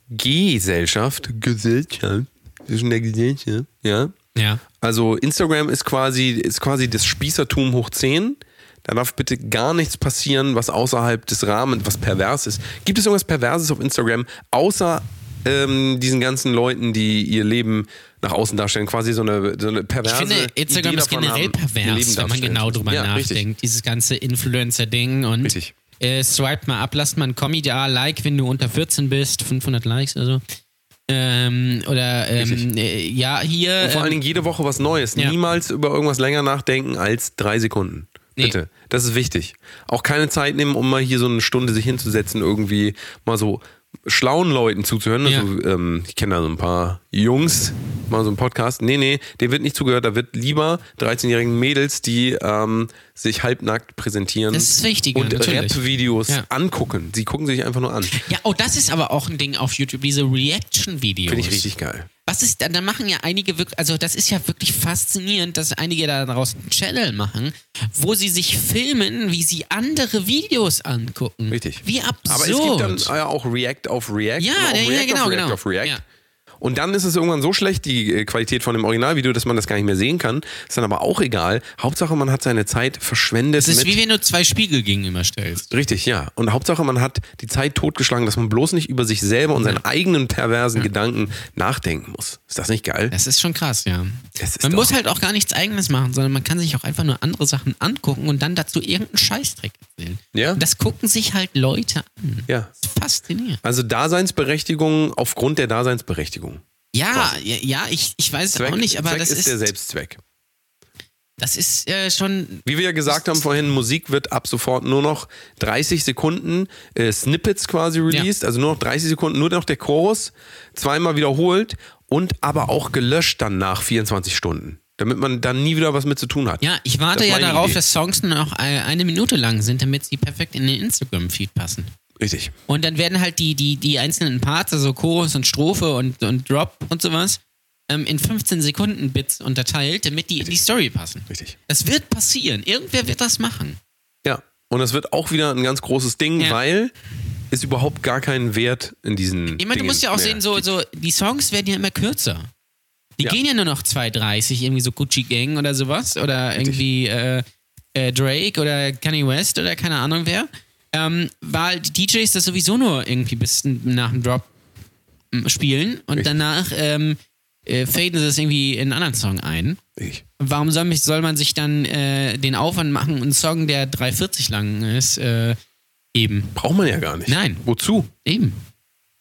Gesellschaft, Gesellschaft, zwischen der Gesellschaft, ja,
ja.
Also Instagram ist quasi, ist quasi das Spießertum hoch 10. Da darf bitte gar nichts passieren, was außerhalb des Rahmens, was pervers ist. Gibt es irgendwas Perverses auf Instagram, außer ähm, diesen ganzen Leuten, die ihr Leben nach außen darstellen? Quasi so eine, so eine
Ich
perverse
finde, Instagram
also Idee
ist
davon
generell
haben, ihr Leben
pervers, wenn man
darzustellen.
genau drüber
ja,
nachdenkt.
Richtig.
Dieses ganze Influencer-Ding und
Richtig.
Äh, swipe mal ab, lasst mal ein Kommi da, like, wenn du unter 14 bist, 500 Likes oder so. Ähm, oder, ähm,
Richtig.
äh, ja, hier.
Und vor
ähm,
allen Dingen jede Woche was Neues.
Ja.
Niemals über irgendwas länger nachdenken als drei Sekunden.
Nee.
Bitte. Das ist wichtig. Auch keine Zeit nehmen, um mal hier so eine Stunde sich hinzusetzen, irgendwie mal so schlauen Leuten zuzuhören.
Ja.
Also, ähm, ich kenne da so ein paar Jungs, mal so einen Podcast. Nee, nee, dem wird nicht zugehört. Da wird lieber 13-jährigen Mädels, die ähm, sich halbnackt präsentieren
Das ist wichtiger,
und
natürlich.
Rap-Videos
Ja.
angucken. Sie gucken sich einfach nur an. Finde
ja, oh, das ist aber auch ein Ding auf YouTube, diese Reaction-Videos.
ich richtig geil.
Was ist, dann machen ja einige wirklich, also das ist ja wirklich faszinierend, dass einige daraus einen Channel machen, wo sie sich filmen, wie sie andere Videos angucken.
Richtig.
Wie absurd.
Aber es gibt dann äh, auch React auf React.
Ja,
und auch
ja, ja,
React
genau,
auf React
genau.
auf React.
Ja.
Und dann ist es irgendwann so schlecht, die äh, Qualität von dem Originalvideo, dass man das gar nicht mehr sehen kann. Ist dann aber auch egal. Hauptsache, man hat seine Zeit verschwendet
das ist
mit.
wie wenn du zwei Spiegel gegenüberstellst.
Richtig, ja. Und Hauptsache, man hat die Zeit totgeschlagen, dass man bloß nicht über sich selber und seinen eigenen perversen Gedanken nachdenken muss. Ist das nicht geil?
Das ist schon krass, ja.
Das ist
Man
doch-
muss halt auch gar nichts eigenes machen, sondern man kann sich auch einfach nur andere Sachen angucken und dann dazu irgendeinen Scheißdreck erzählen.
Ja.
Und das gucken sich halt Leute an.
Ja.
Das ist faszinierend.
Also Daseinsberechtigung aufgrund der Daseinsberechtigung.
Ja, ja, ja, ich, ich weiß es auch nicht, aber
Zweck
das
ist
ist,
der Selbstzweck.
das ist äh, schon
Wie wir ja gesagt haben vorhin, Musik wird ab sofort nur noch 30 Sekunden äh, Snippets quasi released, also nur noch 30 Sekunden, nur noch der Chorus, zweimal wiederholt und aber auch gelöscht dann nach 24 Stunden, damit man dann nie wieder was mit zu tun hat.
Ja, ich
Das
warte
ist
ja
meine
darauf,
Idee.
dass Songs nur noch ein- eine Minute lang sind, damit sie perfekt in den Instagram-Feed passen.
Richtig.
Und dann werden halt die, die, die einzelnen Parts, also Chorus und Strophe und, und Drop und sowas, ähm, in 15 Sekunden Bits unterteilt, damit die in die Story passen.
Richtig.
Das wird passieren. Irgendwer wird das machen.
Ja. Und das wird auch wieder ein ganz großes Ding,
Ja.
weil es überhaupt gar keinen Wert in diesen.
Ich meine, du
Dingen
musst ja auch
mehr
sehen, so,
gibt.
so, die Songs werden ja immer kürzer. Die
Ja.
gehen ja nur noch 2,30, irgendwie so Gucci Gang oder sowas. Oder irgendwie äh, äh, Drake oder Kanye West oder keine Ahnung wer. Ähm, weil die DJs das sowieso nur irgendwie bis n- nach dem Drop m, spielen und
Richtig.
danach ähm, äh, faden sie das irgendwie in einen anderen Song ein.
Ich.
Warum soll, mich, soll man sich dann äh, den Aufwand machen, einen Song, der 3,40 lang ist, äh, eben?
Braucht man ja gar nicht.
Nein.
Wozu?
Eben.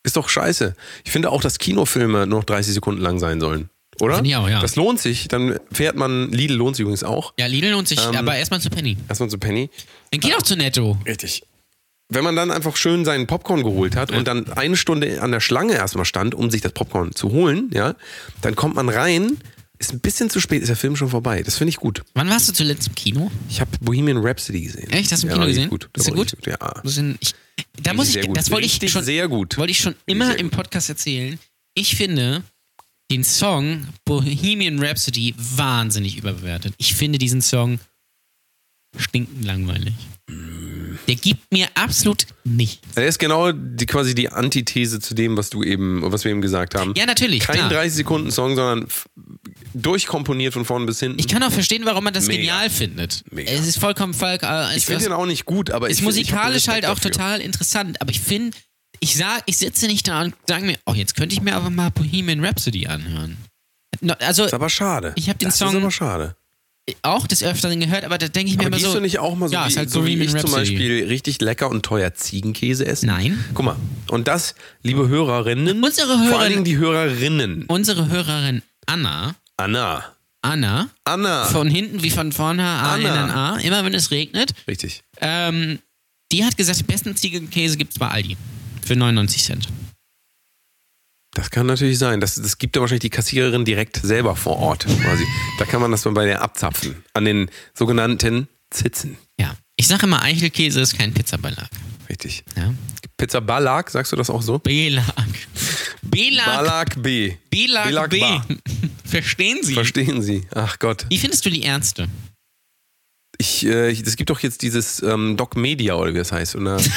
Ist doch scheiße. Ich finde auch, dass Kinofilme nur noch 30 Sekunden lang sein sollen. Oder?
Finde ich auch, ja.
Das lohnt sich. Dann fährt man, Lidl lohnt sich übrigens auch.
Ja, Lidl lohnt
Ähm,
sich, aber erstmal zu Penny.
Erstmal zu Penny.
Dann geh doch zu Netto.
Richtig. Wenn man dann einfach schön seinen Popcorn geholt hat und dann eine Stunde an der Schlange erstmal stand, um sich das Popcorn zu holen, ja, dann kommt man rein, ist ein bisschen zu spät, ist der Film schon vorbei. Das finde ich gut.
Wann warst du zuletzt im Kino?
Ich habe Bohemian Rhapsody gesehen.
Echt? Hast du im
Ja,
Kino
richtig
gesehen?
Gut.
Ist der
Aber
gut?
richtig Ja.
Das sind- Ich, da muss
sehr
ich,
gut.
das wollte ich
Richtig
schon,
sehr gut.
wollte ich schon immer
sehr
im Podcast erzählen. Ich finde den Song Bohemian Rhapsody wahnsinnig überbewertet. Ich finde diesen Song stinkend langweilig. Der gibt mir absolut nichts.
Der ist genau die, quasi die Antithese zu dem, was du eben, was wir eben gesagt haben.
Ja, natürlich,
Kein
klar.
30 Sekunden Song, sondern f- durchkomponiert von vorn bis hinten.
Ich kann auch verstehen, warum man das
Mega.
genial findet.
Mega.
Es ist vollkommen falk. äh, es
Ich finde
ist-
den auch nicht gut, aber
ist
ich ich hab
musikalisch halt
Respekt
auch
dafür.
total interessant, aber ich finde, ich sag, ich sitze nicht da und sage mir, oh, jetzt könnte ich mir aber mal Bohemian Rhapsody anhören. No, also
Ist aber schade.
Ich hab den
das
Song-
Ist aber schade.
auch des Öfteren gehört, aber da denke ich mir
Aber
immer
gehst
so.
du nicht auch mal so,
ja,
wie,
ist halt
so wie
Bohemian
ich zum
Rhapsody.
Beispiel richtig lecker und teuer Ziegenkäse essen?
Nein.
Guck mal, und das, liebe Hörerinnen,
Unsere
vor
Hörerin-
allen Dingen die Hörerinnen,
Unsere Hörerin Anna,
Anna,
Anna,
Anna,
von hinten wie von vorne, A, N,
Ah. Anna.
N, A, immer wenn es regnet,
richtig.
ähm, die hat gesagt, den besten Ziegenkäse gibt es bei Aldi. Für 99 Cent.
Das kann natürlich sein. Das, das gibt ja wahrscheinlich die Kassiererin direkt selber vor Ort quasi. Da kann man das dann bei der abzapfen. An den sogenannten Zitzen.
Ja. Ich sage immer, Eichelkäse ist kein Pizzabelag.
Richtig.
Ja.
Pizza Balag, sagst du das auch so? [LAUGHS]
Belag. Belag
Balag B.
Belag, B.
Ba.
[LAUGHS] Verstehen Sie?
Verstehen Sie? Ach Gott.
Wie findest du die Ärzte?
Ich, äh, ich, es gibt doch jetzt dieses ähm, Doc Media oder wie das heißt. Und da,
[LAUGHS]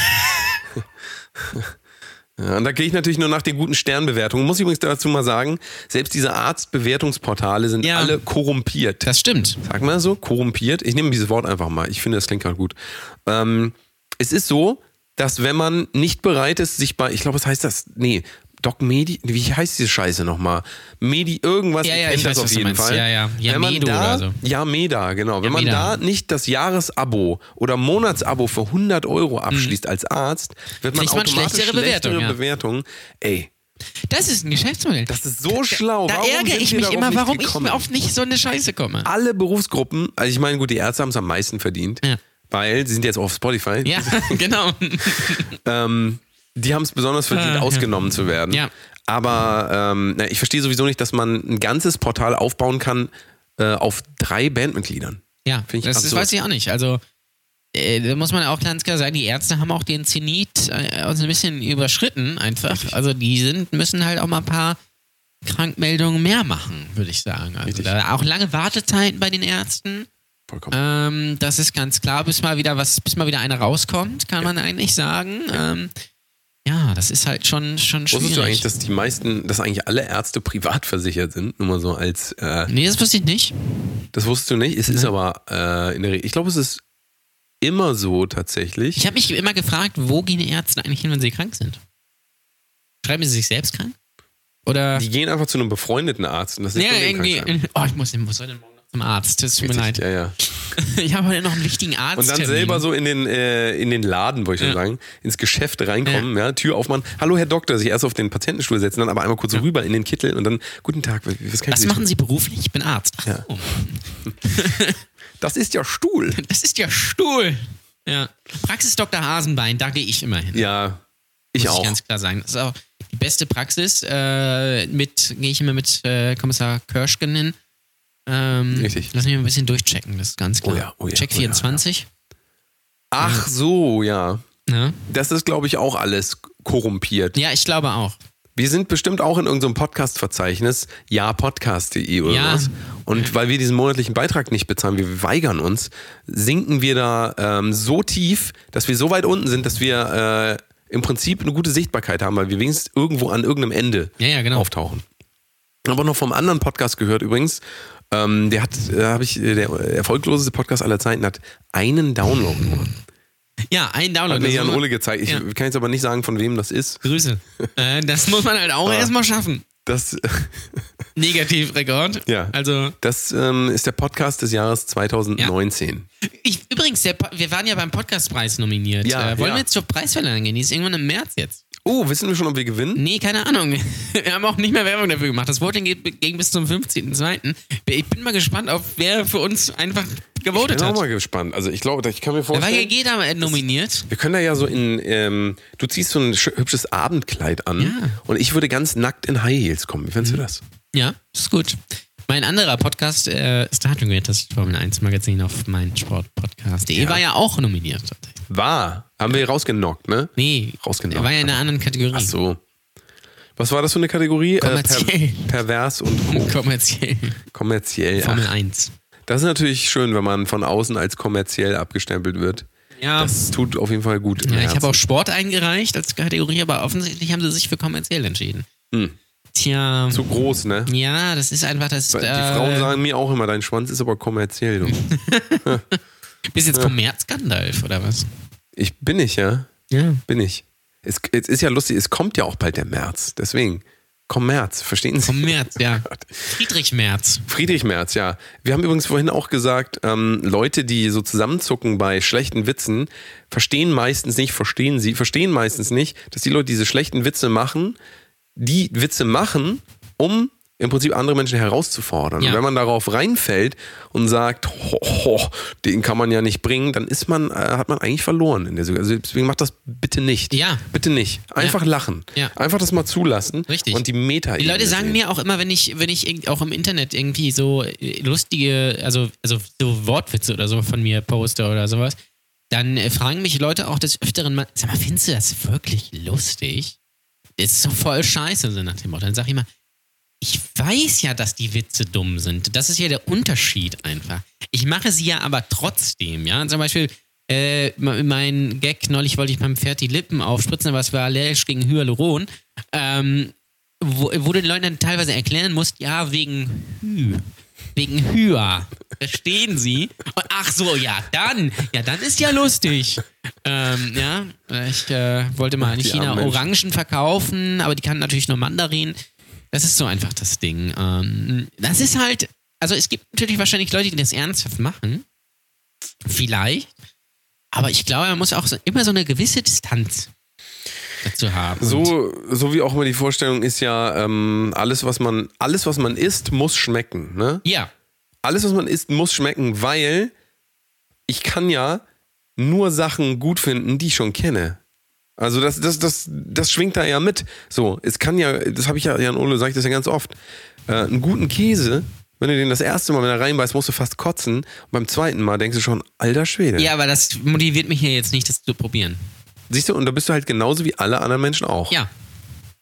ja, und da gehe ich natürlich nur nach den guten Sternbewertungen. Muss ich übrigens dazu mal sagen, selbst diese Arztbewertungsportale sind
Ja.
alle korrumpiert.
Das stimmt.
Sag mal so, korrumpiert. Ich nehme dieses Wort einfach mal. Ich finde, das klingt gerade gut. Ähm, es ist so, dass wenn man nicht bereit ist, sich bei, ich glaube, es heißt das, nee, Doc Medi, wie heißt diese Scheiße nochmal? Medi, irgendwas,
Ja,
ihr
ja,
kennt
ich
das
weiß,
auf
was du
jeden
meinst.
Fall.
Ja, ja. Ja,
wenn man
Medo
da,
oder so.
Ja, Meda, genau. Wenn man
Meda.
da nicht das Jahresabo oder Monatsabo für 100 Euro abschließt als Arzt, wird man
Mhm. Kriegt man
automatisch
schlechtere
schlechtere
Bewertung,
Bewertungen.
ja.
Ey,
Das ist ein Geschäftsmodell.
das ist so schlau.
da
warum
ärgere
sind
ich
wir
mich
darauf
immer,
nicht
warum ich
gekommen? Ah.
mir auf nicht so eine Scheiße komme.
alle Berufsgruppen, also ich meine, gut, die Ärzte haben es am meisten verdient,
Ja.
weil sie sind jetzt auf Spotify.
Ja, [LAUGHS] genau.
Ähm, [LAUGHS] die haben es besonders verdient,
Ah, ja.
ausgenommen zu werden.
Ja.
Aber ähm, na, ich verstehe sowieso nicht, dass man ein ganzes Portal aufbauen kann äh, auf drei Bandmitgliedern.
Ja,
Finde ich
das
absurd.
weiß ich auch nicht. Also, äh, da muss man auch ganz klar sagen, die Ärzte haben auch den Zenit äh, uns ein bisschen überschritten einfach. Also, die sind, müssen halt auch mal ein paar Krankmeldungen mehr machen, würde ich sagen. Also,
Richtig.
da auch lange Wartezeiten bei den Ärzten.
Vollkommen.
Ähm, das ist ganz klar, bis mal wieder was, bis mal wieder einer rauskommt, kann man eigentlich sagen. Ähm, ja, das ist halt schon, schon schwierig.
Wusstest du eigentlich, dass die meisten, dass eigentlich alle Ärzte privat versichert sind? Nur mal so als, äh,
nee, das wusste ich nicht.
das wusstest du nicht. Es ist aber äh, in der Regel, ich glaube, es ist immer so tatsächlich.
Ich habe mich immer gefragt, wo gehen Ärzte eigentlich hin, wenn sie krank sind? Schreiben sie sich selbst krank? Oder?
die gehen einfach zu einem befreundeten Arzt und das ist
ja,
bei denen krank
irgendwie.
sein.
Oh, ich muss, muss heute Morgen noch zum Arzt. Das tut mir leid.
Ja, ja.
[LAUGHS] Ich habe heute noch einen wichtigen Arzt.
Und dann selber so in den, äh, in den Laden, wollte ich schon sagen, ins Geschäft reinkommen, ja. Tür aufmachen. Hallo, Herr Doktor, sich erst auf den Patientenstuhl setzen, dann aber einmal kurz rüber in den Kittel und dann, guten Tag, was kann ich für
Was
Sie
machen
tun?
Sie beruflich? Ich bin Arzt. Ach,
Ja.
so.
Das ist ja
[LAUGHS]
Stuhl.
Das ist ja Stuhl. Ja. Praxis Dr. Hasenbein, da gehe ich immer hin.
Ja, ich
muss
auch.
ich ganz klar sagen. Das ist auch die beste Praxis. Äh, mit gehe ich immer mit äh, Kommissar Körschgen hin. Ähm,
Richtig.
Lass mich mal ein bisschen durchchecken, das ist ganz klar.
Oh ja, oh ja,
Check
oh ja,
24.
Ach
genau.
so, ja.
Ja.
Das ist, glaube ich, auch alles korrumpiert.
ne? ja, ich glaube auch.
Wir sind bestimmt auch in irgendeinem Podcast-Verzeichnis, japodcast.de oder
Ja.
was. Und weil wir diesen monatlichen Beitrag nicht bezahlen, wir weigern uns, sinken wir da ähm, so tief, dass wir so weit unten sind, dass wir äh, im Prinzip eine gute Sichtbarkeit haben, weil wir wenigstens irgendwo an irgendeinem Ende
Ja, ja, genau.
auftauchen. Aber noch vom anderen Podcast gehört übrigens, ähm, der hat, äh, habe ich, äh, der erfolgloseste Podcast aller Zeiten hat einen Download nur.
[LAUGHS] Ja, ein Download.
Hat mir
Das
Jan
muss man-
Ole gezeigt. Ich
Ja.
kann jetzt aber nicht sagen, von wem das ist. [LAUGHS]
Grüße. äh, das muss man halt auch
Ah.
erstmal schaffen.
Das [LAUGHS]
Negativrekord.
Ja.
Also,
Das ähm, ist der Podcast des Jahres 2019.
ich, übrigens, der, Po- wir waren ja beim Podcastpreis nominiert.
Ja,
äh, wollen
ja.
wir jetzt zur Preisverleihung gehen? Die ist irgendwann im März jetzt.
Oh, wissen wir schon, ob wir gewinnen?
Nee, keine Ahnung. [LAUGHS] Wir haben auch nicht mehr Werbung dafür gemacht. Das Voting geht ging bis zum 15.02. Ich bin mal gespannt, auf wer für uns einfach
Ich
gewotet
bin auch
hat.
mal gespannt. Also ich glaube, ich kann mir
Da war ja
vorstellen,
jeder mal nominiert.
wir können da ja so in, ähm, du ziehst so ein sch- hübsches Abendkleid an
Ja. Mhm.
und ich würde ganz nackt in High Heels kommen. Wie findest du das?
Ja, ist gut. Mein anderer Podcast, äh, Starting Grid, das Formel 1 Magazin auf mein Sportpodcast.de,
Ja.
war ja auch nominiert.
War. Haben wir rausgenockt, ne?
Nee,
Rausgenommen.
war ja in einer anderen Kategorie.
Ach
[LAUGHS]
so. Was war das für eine Kategorie? Äh,
Kommerziell.
pervers und oh,
Kommerziell.
kommerziell.
Formel
Ach,
1.
das ist natürlich schön, wenn man von außen als kommerziell abgestempelt wird.
Ja.
Das tut auf jeden Fall gut. im
Ja, ich
Herzen. Hm.
habe auch Sport eingereicht als Kategorie, aber offensichtlich haben sie sich für kommerziell entschieden. Tja.
Zu groß, ne?
Ja, das ist einfach das.
Weil Die
äh,
Frauen sagen mir auch immer, dein Schwanz ist aber kommerziell. Du.
[LAUGHS] Bist
äh,
jetzt Kommerz Gandalf oder was?
Ich bin ich, ja.
Ja.
Bin ich. Es, es ist ja lustig, es kommt ja auch bald der März. Deswegen. Kommerz, verstehen Sie?
Kommerz,
[LAUGHS]
ja. Friedrich Merz.
Friedrich Merz, ja. Wir haben übrigens vorhin auch gesagt, ähm, Leute, die so zusammenzucken bei schlechten Witzen, verstehen meistens nicht, verstehen sie, verstehen meistens nicht, dass die Leute diese schlechten Witze machen, die Witze machen, um im Prinzip andere Menschen herauszufordern.
Ja.
Und wenn man darauf reinfällt und sagt, ho, ho, den kann man ja nicht bringen, dann ist man, äh, hat man eigentlich verloren in der Situation. Also deswegen macht das bitte nicht.
Ja.
Bitte nicht. Einfach
Ja.
lachen.
Ja.
Einfach das mal zulassen.
Richtig.
Und die Meta.
Die Leute sagen mir auch immer, wenn ich, wenn ich irgend- auch im Internet irgendwie so äh, lustige, also, also so Wortwitze oder so von mir poste oder sowas, dann äh, fragen mich Leute auch des Öfteren mal, sag mal, findest du das wirklich lustig? Das ist doch voll scheiße, so nach dem Motto. Dann sag ich mal, ich weiß ja, dass die Witze dumm sind. Das ist ja der Unterschied einfach. Ich mache sie ja aber trotzdem, ja. Zum Beispiel, äh, me- mein Gag neulich wollte ich beim Pferd die Lippen aufspritzen, aber es war allergisch gegen Hyaluron. Ähm, wo, wo du den Leuten dann teilweise erklären musst, ja, wegen Hü. Wegen Hüa. Verstehen sie? Und, ach so, ja, dann. Ja, dann ist ja lustig. Ähm, ja, ich äh, wollte mal in
die
China
armen Menschen.
Orangen verkaufen, aber die kann natürlich nur Mandarin. Das ist so einfach das Ding. Ähm, das ist halt, also es gibt natürlich wahrscheinlich Leute, die das ernsthaft machen. Vielleicht. Aber ich glaube, man muss auch so, immer so eine gewisse Distanz dazu haben. Und-
So, so wie auch immer die Vorstellung ist ja, ähm, alles, was man, alles, was man isst, muss schmecken. Ne?
Ja.
Alles, was man isst, muss schmecken, weil ich kann ja nur Sachen gut finden, die ich schon kenne. Also das, das, das, das schwingt da ja mit. So, es kann ja, das habe ich ja, Jan Ole, sage ich das ja ganz oft. Äh, einen guten Käse, wenn du den das erste Mal, wenn er reinbeißt, musst du fast kotzen. Und beim zweiten Mal denkst du schon, alter Schwede.
Ja, aber das motiviert mich ja jetzt nicht, das zu probieren.
Siehst du, und da bist du halt genauso wie alle anderen Menschen auch.
Ja.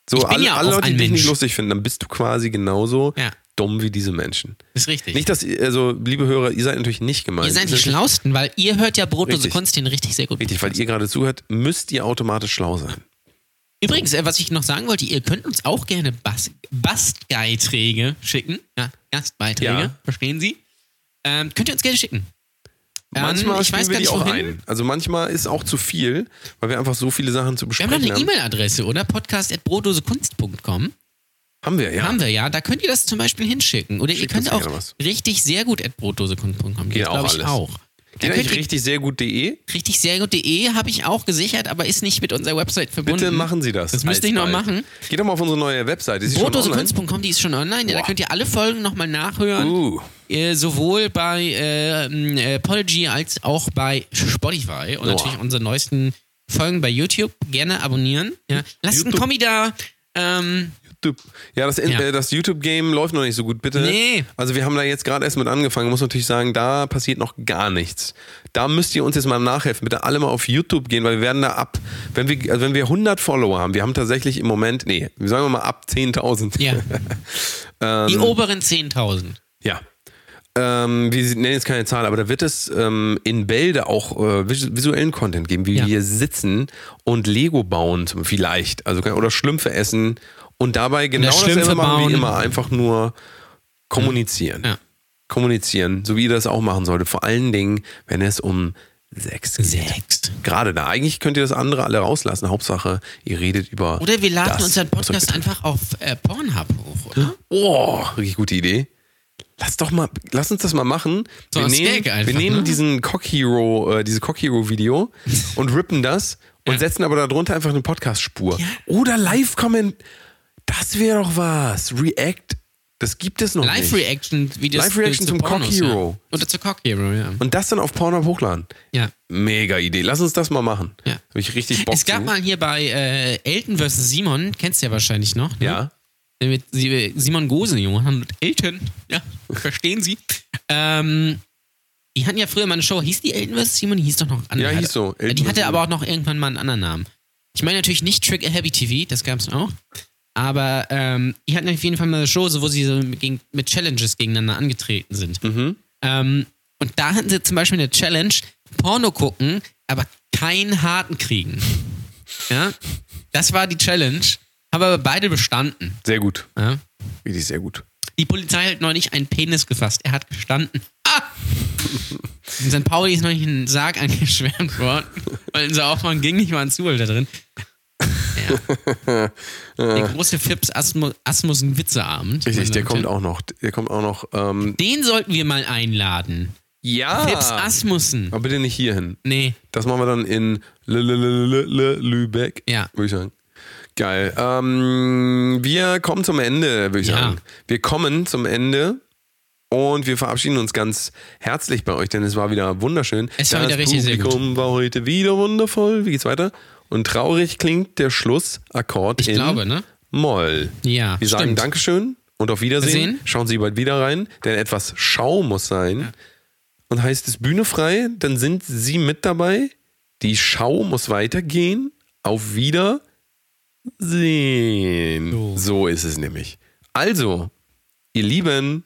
So,
Ich bin
alle,
ja
alle
auch
Leute,
ein
die dich nicht
Mensch.
lustig finden, dann bist du quasi genauso
Ja.
dumm wie diese Menschen.
Ist richtig.
Nicht, dass, ihr- also, liebe Hörer, ihr seid natürlich nicht gemeint.
ihr seid die
Ist natürlich
Schlausten, weil ihr hört ja brotlose
Richtig.
Kunst den richtig sehr gut.
Richtig, weil ihr gerade zuhört, müsst ihr automatisch schlau sein.
Übrigens, äh, was ich noch sagen wollte, ihr könnt uns auch gerne Bas Bastbeiträge schicken. Ja, Gastbeiträge,
Ja.
verstehen Sie? Ähm, könnt ihr uns gerne schicken. Ähm,
manchmal
ich weiß
spielen wir
gar
die
nicht,
auch
wohin.
ein. Also manchmal ist auch zu viel, weil wir einfach so viele Sachen zu
Wir
besprechen
haben noch eine
haben.
E-Mail-Adresse, oder? podcast.brotlosekunst.com.
Haben wir, ja.
Haben wir ja. Da könnt ihr das zum Beispiel hinschicken. Oder ihr
Schickt
könnt
uns
auch
gerne was.
richtig sehr gut at brotlosekunst.com.
Geht auch
glaube ich
alles.
auch. Da
Geht
könnt
eigentlich
ihr
richtig sehr E? gut.de.
Richtig sehr gut.de habe ich auch gesichert, aber ist nicht mit unserer Website verbunden.
Bitte machen Sie das.
Das müsste ich noch
alsbald.
machen.
Geht doch mal auf unsere neue Webseite. Ist sie schon online?
Brotdosekunst.com, die ist schon online. Ja, da
Boah.
könnt ihr alle Folgen nochmal nachhören.
Uh.
Äh, sowohl bei äh, m, äh, Podigy als auch bei Spotify. Und
Boah.
natürlich unsere neuesten Folgen bei YouTube. Gerne abonnieren. Ja. Lasst einen
YouTube.
Kommi da. Ähm,
YouTube. Ja, das, In-
Ja.
Äh, das YouTube-Game läuft noch nicht so gut, bitte.
Nee.
Also wir haben da jetzt gerade erst mit angefangen, muss natürlich sagen, da passiert noch gar nichts. Da müsst ihr uns jetzt mal nachhelfen, bitte alle mal auf YouTube gehen, weil wir werden da ab, wenn wir, also wenn wir 100 Follower haben, wir haben tatsächlich im Moment, nee, sagen wir mal ab 10.000. [LAUGHS]
ja. die oberen 10.000.
Ja. Ähm, wir nennen jetzt keine Zahl, aber da wird es ähm, in Bälde auch äh, vis- visuellen Content geben, wie
Ja.
wir sitzen und Lego bauen zum, vielleicht, also oder Schlümpfe essen und dabei genau dasselbe
Schlümpfe
machen wie
bauen.
immer, einfach nur kommunizieren.
Ja.
Kommunizieren, so wie ihr das auch machen solltet, vor allen Dingen, wenn es um Sex geht.
Sex.
Gerade da. Eigentlich könnt ihr das andere alle rauslassen. Hauptsache, ihr redet über.
Oder wir laden
das,
unseren
was euch
Podcast
betrifft.
einfach auf äh, Pornhub hoch, oder?
Oh, richtig gute Idee. Lass doch mal, lass uns das mal machen.
So
wir,
als
nehmen,
Gag einfach,
wir nehmen
ne?
diesen Cock Hero, äh, diese Cock Hero
[LAUGHS]
Video und rippen das und setzen aber darunter einfach eine Podcast-Spur.
Ja.
Oder Live-Comment. Das wäre doch was. React. Das gibt es noch nicht.
Live-Reaction-Videos.
Live-Reaction
zu
zum
Pornos,
Cock Hero.
Ja. Oder zu Cock Hero, ja.
Und das dann auf Pornhub hochladen.
ja.
Mega Idee. Lass uns das mal machen.
Ja.
Habe ich richtig Bock
Es gab
zu.
mal hier bei äh, Elton vs. Simon, kennst du ja wahrscheinlich noch. Ne?
Ja.
Mit Sie- äh, Simon Gose, Junge. Und Elton, ja, verstehen Sie. Ähm, die hatten ja früher mal eine Show, hieß die Elton vs. Simon? Die hieß doch noch
Ja,
anders.
hieß so, Elton
die
vs.
hatte
Simon.
aber auch noch irgendwann mal einen anderen Namen. Ich meine natürlich nicht Trick a Happy TV, das gab's auch. Aber ähm, die hatten auf jeden Fall mal eine Show, so, wo sie so mit, gegen, mit Challenges gegeneinander angetreten sind.
Mhm.
Ähm, und da hatten sie zum Beispiel eine Challenge: Porno gucken, aber keinen harten kriegen. Ja, das war die Challenge. Haben aber beide bestanden.
Sehr gut.
Ja?
Wirklich sehr gut.
Die Polizei hat noch nicht einen Penis gefasst. Er hat gestanden. Ah! In St. Pauli ist noch nicht ein Sarg [LAUGHS] angeschwärmt worden, weil in Saarhoffmann ging nicht mal ein Zuhälter drin. Ja. Der große Fips Asmus, Asmussen Witzeabend.
Richtig, der kommt auch noch. Der kommt auch noch. Ähm,
Den sollten wir mal einladen.
ja.
Fips Asmussen.
Aber bitte nicht hierhin.
Nee,
Das machen wir dann in L- L- L- L- L- Lübeck.
Ja.
Würde ich sagen. Geil. Ähm, wir kommen zum Ende, würde ich
Ja.
sagen. Wir kommen zum Ende und wir verabschieden uns ganz herzlich bei euch, denn es war wieder wunderschön.
Es war
das
wieder richtig sehr gut.
Publikum war heute wieder wundervoll. Wie geht's weiter? Und traurig klingt der Schlussakkord
Ich
in
glaube, ne?
Moll.
Ja,
Wir sagen
stimmt.
Dankeschön und auf Wiedersehen.
Wiedersehen.
Schauen Sie bald wieder rein, denn etwas Schau muss sein. Und heißt es Bühne frei, dann sind Sie mit dabei. Die Schau muss weitergehen. Auf Wiedersehen. So,
So.
ist es nämlich. Also, ihr Lieben,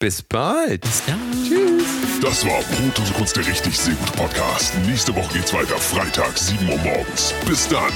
bis bald.
ja.
Das war Brot und Kunst der richtig sehr gute Podcast. Nächste Woche geht's weiter, Freitag, 7 Uhr morgens. Bis dann.